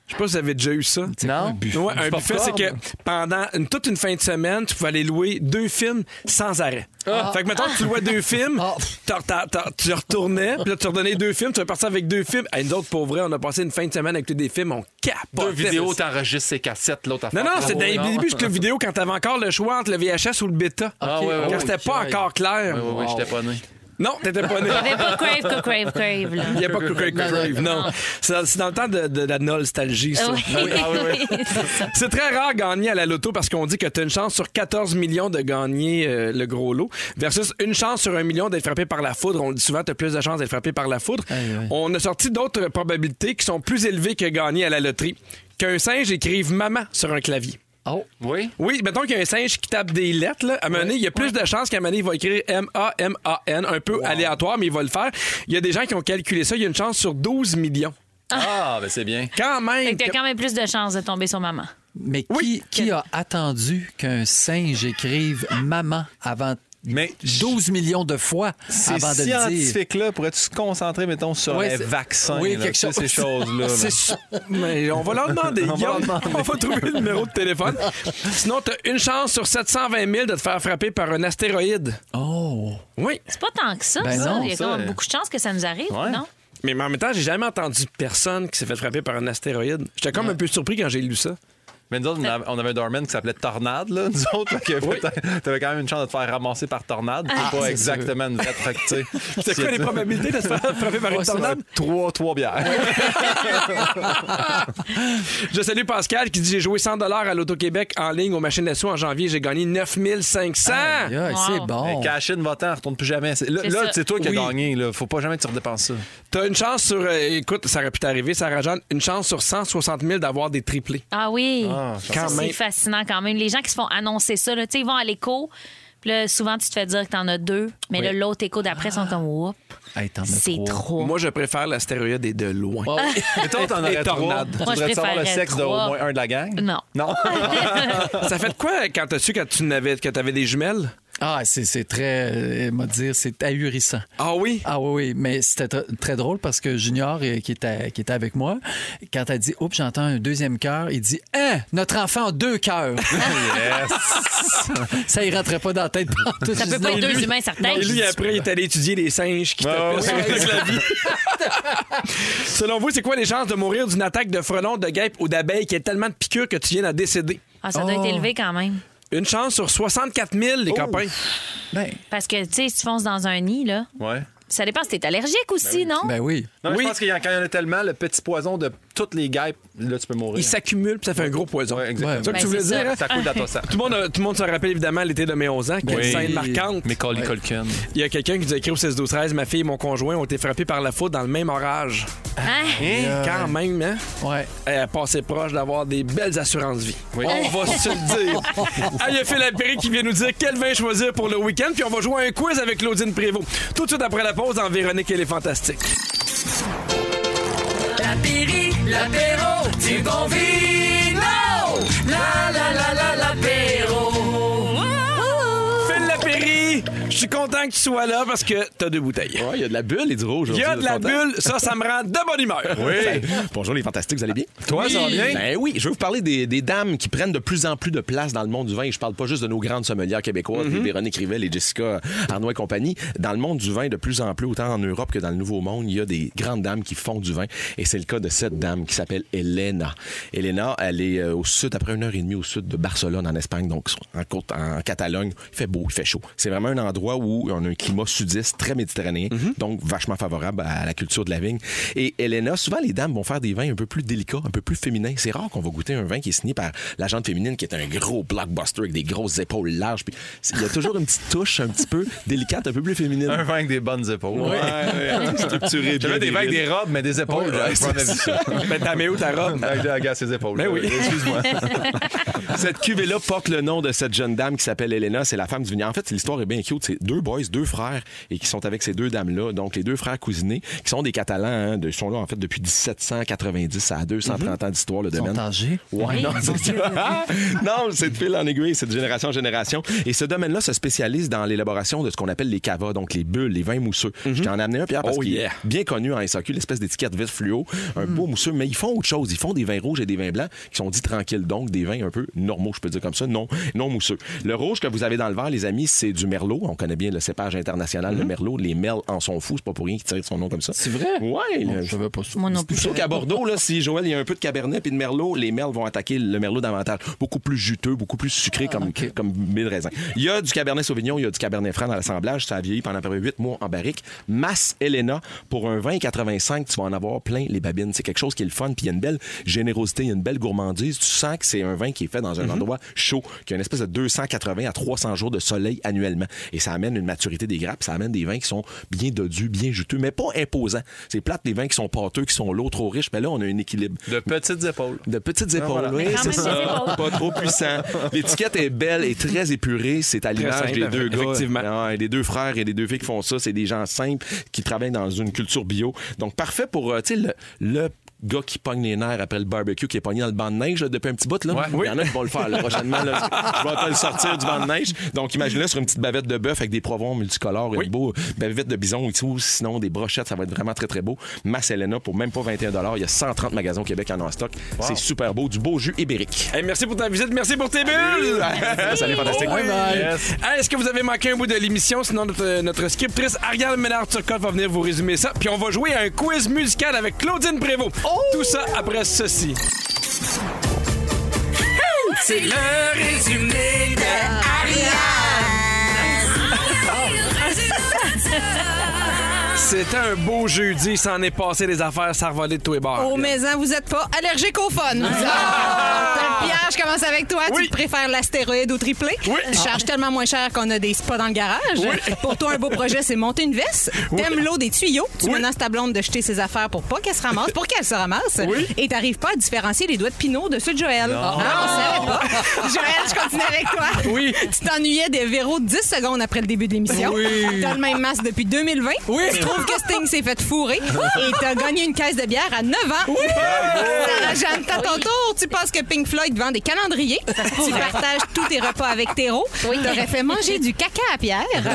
S5: Je sais pas si vous avez déjà eu ça.
S6: Non.
S5: Ouais, un
S6: Du
S5: buffet, c'est que
S6: popcorn.
S5: pendant une- toute une fin de semaine, tu pouvais aller louer deux films sans arrêt.
S6: Ah.
S5: Ah. Fait que maintenant, tu louais deux films,
S9: Ah.
S5: t'en- t'en- t'en- tu retournais, puis là, tu redonnais deux films, tu repartais avec deux films. Hey, nous autres, pour vrai, on a passé une fin de semaine avec tous des films, on capote.
S6: Deux vidéos, t'enregistres ses cassettes, l'autre
S5: Non,
S6: affaire.
S5: non,
S6: Ah,
S5: c'était dans
S6: ouais,
S5: les
S6: non.
S5: débuts du club vidéo quand t'avais encore le choix entre le VHS ou le bêta.
S6: Ah, ouais, ouais,
S5: quand
S6: ouais,
S5: c'était pas
S6: ok.
S5: encore clair.
S6: Ouais, ouais, ouais, j'étais pas né.
S5: Non, t'étais pas né.
S7: Il n'y avait pas Crave, que Crave, Crave. Là.
S5: Il n'y a pas que Craig Crave, non. C'est dans- c'est dans le temps de, de la nostalgie, ça.
S7: Ah
S6: Ah
S7: Oui, oui, c'est ça.
S5: C'est très rare gagner à la loto parce qu'on dit que tu as une chance sur 14 millions de gagner euh, le gros lot versus une chance sur un million d'être frappé par la foudre. On le dit souvent, tu as plus de chances d'être frappé par la foudre. On a sorti d'autres probabilités qui sont plus élevées que gagner à la loterie. Qu'un singe écrive maman sur un clavier.
S9: Oh.
S6: Oui.
S5: Oui, mettons qu'il y a un singe qui tape des lettres. Là. À un moment donné, il y a plus de chances qu'à un moment donné, il va écrire M-A-M-A-N, un peu aléatoire, mais il va le faire. Il y a des gens qui ont calculé ça. Il y a une chance sur 12 millions.
S6: Ah, ben c'est bien.
S5: Quand
S7: Fait
S5: même.
S7: que t'as quand même plus de chances de tomber sur maman.
S9: Mais qui, qui a attendu qu'un singe écrive maman avant
S6: Mais
S9: 12 millions de fois
S6: Ces
S9: avant de le dire?
S6: scientifiques-là pourraient se concentrer, mettons, sur
S9: Ouais,
S6: les
S9: c'est-
S6: vaccins,
S9: oui,
S6: là,
S9: quelque
S6: tu sais,
S9: chose.
S6: ces choses-là. là.
S5: C'est sûr. Mais on va leur demander.
S6: On va leur
S5: Guillaume.
S6: demander.
S5: On va trouver le numéro de téléphone. Sinon, t'as une chance sur 720 000 de te faire frapper par un astéroïde.
S9: Oh!
S5: Oui.
S7: C'est pas tant que ça.
S9: Ben
S7: ça.
S9: non,
S7: il y a
S6: ça,
S7: quand même
S6: euh,
S7: beaucoup de chances que ça nous arrive,
S6: Ouais.
S7: non?
S5: Mais en même temps, j'ai jamais entendu personne qui s'est fait frapper par un astéroïde. J'étais comme un peu surpris quand j'ai lu ça.
S6: Mais nous autres, on avait- on avait un doorman qui s'appelait Tornade, là, nous autres. Fait que peut-être- T'avais quand même une chance de te faire ramasser par Tornade. C'est
S5: Ah,
S6: pas exactement une vraie traque, tu sais.
S5: C'est quoi les probabilités de se faire frapper par une tornade?
S6: Trois, trois bières.
S5: Je salue Pascal qui dit J'ai joué 100 à l'Auto-Québec en ligne aux machines à sous en janvier. J'ai gagné 9500.
S9: Aïe, aïe, Ah, C'est
S7: Wow.
S9: bon.
S6: Cash-in, va-t'en, retourne plus jamais. C'est- Là,
S7: C'est
S6: là,
S7: ça.
S6: c'est toi qui as
S5: Oh. Oui.
S6: gagné. Là. Faut pas jamais que tu redépenses ça.
S5: T'as une chance sur. euh, écoute, ça aurait pu t'arriver, Sarah Jeanne, une chance sur 160 000 d'avoir des triplés.
S7: Ah oui.
S5: quand
S7: Ça,
S5: même.
S7: c'est fascinant quand même. Les gens qui se font annoncer ça, là, tu sais, ils vont à l'écho. Puis là, souvent, tu te fais dire que t'en as deux. Mais là, l'autre écho d'après, sont comme, oups,
S9: Hey, t'en as
S7: c'est
S9: trois.
S7: trop.
S5: Moi, je préfère l'astéroïde et de loin.
S9: Oh.
S6: Et toi, t'en
S5: Et
S6: aurais trois.
S5: Tornade.
S6: Tu
S7: Moi, je
S6: voudrais savoir le
S7: préférerais
S6: sexe d'au
S7: trois.
S6: moins un de la gang?
S7: Non.
S6: Non?
S5: Ça fait de quoi quand t'as su que tu n'avais que t'avais des jumelles?
S9: Ah, c'est c'est très, euh, m'a dire, c'est ahurissant.
S5: Ah oui?
S9: Ah oui, oui, mais c'était tr- très drôle parce que Junior, euh, qui était, qui était avec moi, quand elle dit « Oups, j'entends un deuxième cœur », il dit « Hein, notre enfant a deux cœurs! Ça, il rentrait pas dans la tête. pantoute.
S7: Ça peut
S9: Non,
S7: pas être deux
S9: lui-
S7: humains certains.
S5: Et lui, après, il est allé étudier les singes qui tapent sur la vie. Ah Selon vous, c'est quoi les chances de mourir d'une attaque de frelons, de guêpes ou d'abeilles qui est tellement de piqûres que tu viens d'en décéder?
S7: Ah, ça doit être
S9: Oh.
S7: élevé quand même.
S5: Une chance sur 64 000, les copains.
S9: Ben,
S7: Parce que, tu sais, si tu fonces dans un nid, là,
S6: Ouais.
S7: ça dépend si t'es allergique aussi, non?
S9: ben oui.
S6: Non, mais
S5: Oui.
S6: je pense qu'il y en- quand il y en a tellement, le petit poison de toutes les guêpes, là, tu peux mourir.
S5: Ils s'accumulent, puis ça fait un gros poison.
S6: Ouais, exactement.
S5: C'est ça que
S7: Ben,
S5: tu voulais
S7: c'est
S5: dire?
S7: ça.
S5: hein?
S6: Ça coule dans ton sang.
S5: Tout le, monde a- tout le monde se rappelle évidemment l'été de mes 11 ans. Quelle
S6: Oui.
S5: scène marquante.
S6: Mais Collie Colkin.
S5: Il y a quelqu'un qui nous a écrit au 16 12 13 Ma fille et mon conjoint ont été frappés par la foudre dans le même orage.
S7: Hein?
S5: Quand même, hein?
S9: Ouais.
S5: Elle a passé proche d'avoir des belles assurances-vie. On va se le dire. Ah, Il y a Phil Lapéry qui vient nous dire quel vin choisir pour le week-end, puis on va jouer à un quiz avec Claudine Prévost. Tout de suite après la pause en Véronique et les Fantastiques.
S8: l'apéro du bon vino. La la la la l'apéro.
S5: Phil Lapéry, je suis content que tu sois là parce que t'as deux bouteilles.
S12: Ouais, il y a de la bulle et du rouge.
S5: Il y a de la bulle, ça, ça me rend de bonne humeur.
S12: Oui. Bonjour les fantastiques, vous allez bien? Toi,
S5: ça va bien?
S12: Ben oui, je vais vous parler des, des dames qui prennent de plus en plus de place dans le monde du vin. Et Je parle pas juste de nos grandes sommelières québécoises,
S6: Mm-hmm.
S12: les Véronique Rivel et Jessica Arnois et compagnie. Dans le monde du vin, de plus en plus, autant en Europe que dans le Nouveau Monde, il y a des grandes dames qui font du vin. Et c'est le cas de cette dame qui s'appelle Elena. Elena, elle est euh, au sud, après une heure et demie au sud de Barcelone, en Espagne, donc en, côte- en Catalogne. Il fait beau, il fait chaud. C'est vraiment un endroit où on a un climat sudiste très méditerranéen, donc vachement favorable à la culture de la vigne. Et Elena, souvent les dames vont faire des vins un peu plus délicats, un peu plus féminins. C'est rare qu'on va goûter un vin qui est signé par l'agente féminine qui est un gros blockbuster avec des grosses épaules larges. Puis c'est- il y a toujours une petite touche un petit peu délicate, un peu plus féminine.
S6: Un vin avec des bonnes épaules.
S12: Ouais, ouais, structuré bien,
S6: J'avais des
S12: des
S6: vins avec
S12: rides.
S6: des robes, mais des épaules.
S12: Ouais,
S6: j'avais
S12: c'est
S6: pas vu ça.
S5: Ben, t'as mis où ta robe?
S6: Avec des gars, ses épaules.
S5: Ben oui.
S6: Euh, Excuse-moi.
S12: Cette cuvée-là porte le nom de cette jeune dame qui s'appelle Elena. C'est la femme du vigneron. En fait, l'histoire est bien cute. C'est deux boys, deux frères, et qui sont avec ces deux dames-là. Donc, les deux frères cousinés, qui sont des Catalans, hein, de- sont là, en fait, depuis 1790. Ça a
S5: Mm-hmm.
S12: 230 ans d'histoire, le domaine.
S9: en G.
S12: Ouais, non, c'est ça. Ah! non, c'est de fil en aiguille, c'est de génération en génération. Et ce domaine-là se spécialise dans l'élaboration de ce qu'on appelle les cavas, donc les bulles, les vins mousseux.
S9: Mhm.
S12: Je t'en ai amené un, Pierre, parce
S5: Oh,
S12: qu'il
S5: yeah.
S12: est bien connu en SAQ, l'espèce d'étiquette vite fluo, un
S9: Mhm.
S12: beau mousseux, mais ils font autre chose. Ils font des vins rouges et des vins blancs qui sont dits tranquilles, donc des vins un peu normaux, je peux dire comme ça, non, non mousseux. Le rouge que vous avez dans le verre, les amis, c'est du merlot. On connaît bien le cépage international, le merlot. Les merles en sont fous, c'est pas pour rien qu'ils tirent son nom comme ça.
S9: Mhm. C'est vrai?
S12: Ouais, le-
S9: Je savais pas ça.
S7: Moi non plus.
S12: Sauf qu'à Bordeaux, là, si Joël, il y a un peu de cabernet puis de merlot, les merles vont attaquer le merlot davantage. Beaucoup plus juteux, beaucoup plus sucré comme, comme mille raisins. Il y a du cabernet sauvignon, il y a du cabernet franc dans l'assemblage. Ça a vieilli pendant à peu près 8 mois en barrique. Masse Elena, pour un 20,85, tu vas en avoir plein les babines. C'est quelque chose qui est le fun, puis il y a une belle générosité, il y a une belle gourmandise. Tu sens que c'est un vin qui est fait dans un endroit chaud, qui a une espèce de 280 à 300 jours de soleil annuellement. Et ça amène une maturité des grappes, ça amène des vins qui sont bien dodus, bien juteux, mais pas imposants. C'est plate les vins qui sont pâteux, qui sont lourds, trop riches, mais là, on a un équilibre.
S6: De petites épaules.
S12: De petites
S9: Ah,
S12: épaules,
S6: voilà.
S12: oui,
S7: Mais quand
S12: c'est
S7: même des
S12: ça. Pas trop puissant. L'étiquette est belle et très épurée. C'est à l'image
S5: simple,
S12: des deux gars.
S5: effectivement.
S12: Ouais, des deux frères Ah, et des deux filles qui font ça. C'est des gens simples qui travaillent dans une culture bio. Donc, parfait pour, euh, tu sais, le, le gars qui pogne les nerfs après le barbecue, qui est pogné dans le banc de neige là, depuis un petit bout. Là. Il y en a qui vont le faire là, prochainement. là. Je vais pas le sortir du banc de neige. Donc, imagine-le sur une petite bavette de bœuf avec des poivrons multicolores, une beau bavette de bison ou sinon des brochettes. Ça va être vraiment très, très beau. Masselena, pour même pas 21 Il y a 130 magasins au Québec qui en ont en stock. C'est super beau. Du beau jus ibérique.
S5: Hey, merci pour ta visite, merci pour tes bulles!
S12: Salut, fantastique.
S5: Oui. Hey, Est-ce que vous avez manqué un bout de l'émission? Sinon, notre, euh, notre scriptrice Ariane Ménard-Turcotte va venir vous résumer ça. Puis on va jouer à un quiz musical avec Claudine Prévost.
S8: Oh!
S5: Tout ça après ceci.
S8: C'est le résumé de Ariane.
S5: C'était un beau jeudi, s'en est passé des affaires, ça a revolé de tous les bords.
S8: Oh,
S13: Au maison, vous êtes pas allergique au fun. vous. Ah! Pierre, je commence avec toi.
S5: Oui.
S13: Tu préfères l'astéroïde au triplé. Tu charges tellement moins cher qu'on a des spas dans le garage. Pour toi, un beau projet, c'est monter une veste. T'aimes l'eau des tuyaux. Tu menaces ta blonde de jeter ses affaires pour pas qu'elle se ramasse, pour qu'elle se ramasse. Et t'arrives pas à différencier les doigts de Pinot de ceux de Joël. Ah, on savait pas. Joël, je continue avec toi.
S5: Oui.
S13: Tu t'ennuyais des verrous 10 secondes après le début de l'émission.
S5: Oui.
S13: T'as le même masque depuis 2020. Oui. Tu trouves trouve que Sting s'est fait fourrer et t'as gagné une caisse de bière à 9 ans. Oui! Sarah-Jeanne, t'as ton tour. Tu penses que Pink Floyd vend des calendriers. Tu partages tous tes repas avec Théro. T'aurais fait manger du caca à Pierre.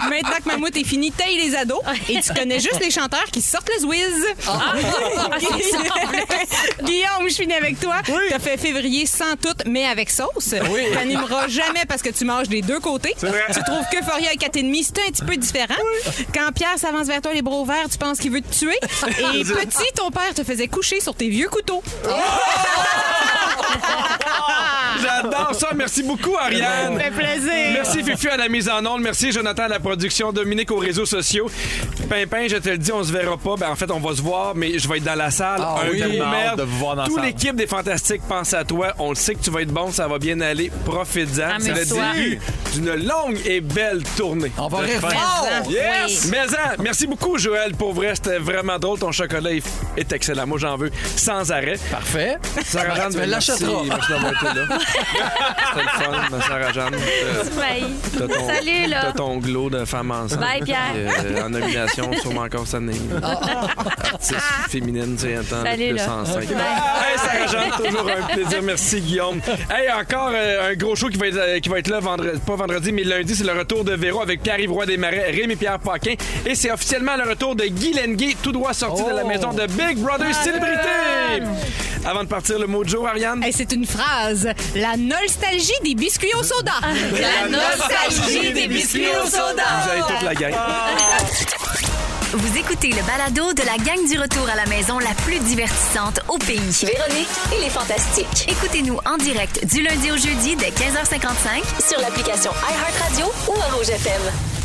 S13: Maintenant que Mammouth est fini, taille les ados et tu connais juste les chanteurs qui sortent le Zwiz.
S10: Ah.
S13: Guillaume, je finis avec toi. T'as fait février sans toute, mais avec sauce.
S10: Oui.
S13: T'animeras jamais parce que tu manges des deux côtés. Tu trouves que Foria et 4,5, c'est un petit peu différent. Quand Pierre s'avance vers toi les bras ouverts, tu penses qu'il veut te tuer. Et petit, ton père te faisait coucher sur tes vieux couteaux.
S5: J'adore ça. Merci beaucoup, Ariane.
S13: Ça fait plaisir.
S5: Merci, Fufu, à la mise en onde. Merci, Jonathan, à la production. Dominique, aux réseaux sociaux. Pimpin, je te le dis, on se verra pas. Ben, en fait, on va se voir, mais je vais être dans la salle.
S6: Ah
S5: Un
S6: oui,
S5: gros
S6: tellement
S5: merde.
S6: hâte de vous voir dans la
S5: Toute
S6: salle.
S5: l'équipe des Fantastiques pense à toi. On le sait que tu vas être bon, ça va bien aller.
S13: Ah,
S5: Profite-en. C'est le
S6: Amuse-toi.
S5: début d'une longue et belle tournée. On
S6: va rire fort.
S5: Yes!
S6: Oui.
S5: Maison, merci beaucoup, Joël. Pour vrai, c'était vraiment drôle. Ton chocolat est- est excellent. Moi, j'en veux sans arrêt.
S9: Parfait.
S5: Sarah-Jeanne,
S9: Tu me
S5: merci.
S9: l'achèteras.
S5: Merci d'avoir été là. C'était le fun, ma Euh, Sarah Jeanne. T'as ton-
S7: Salut, là.
S5: T'as ton glow de femme enceinte.
S7: Bye, Pierre. Ah.
S5: Euh, en nomination, sûrement encore cette année. Artiste féminine, tu sais, attends,
S7: Salut,
S5: le
S7: là.
S5: 105.
S7: Bye.
S5: Hey, Sarah Jeanne, toujours un plaisir. Merci, Guillaume. Hey, encore euh, un gros show qui va être, euh, qui va être là, vendredi, pas vendredi, mais lundi. C'est le retour de Véro avec Pierre-Yves Roy Desmarais, Rémi-Pierre Paquin. Et c'est officiellement le retour de Guy Lenguet, tout droit sorti de la maison de Big Brother Célébrité. Avant de partir, le mot de jour, Ariane.
S13: Hey, c'est une phrase. La nostalgie des biscuits au soda.
S5: Ah. Vous avez toute la gang.
S1: Vous écoutez le balado de la gang du retour à la maison la plus divertissante au pays. Véronique et les Fantastiques. Écoutez-nous en direct du lundi au jeudi dès 15h55 sur l'application iHeartRadio ou à Rouge FM.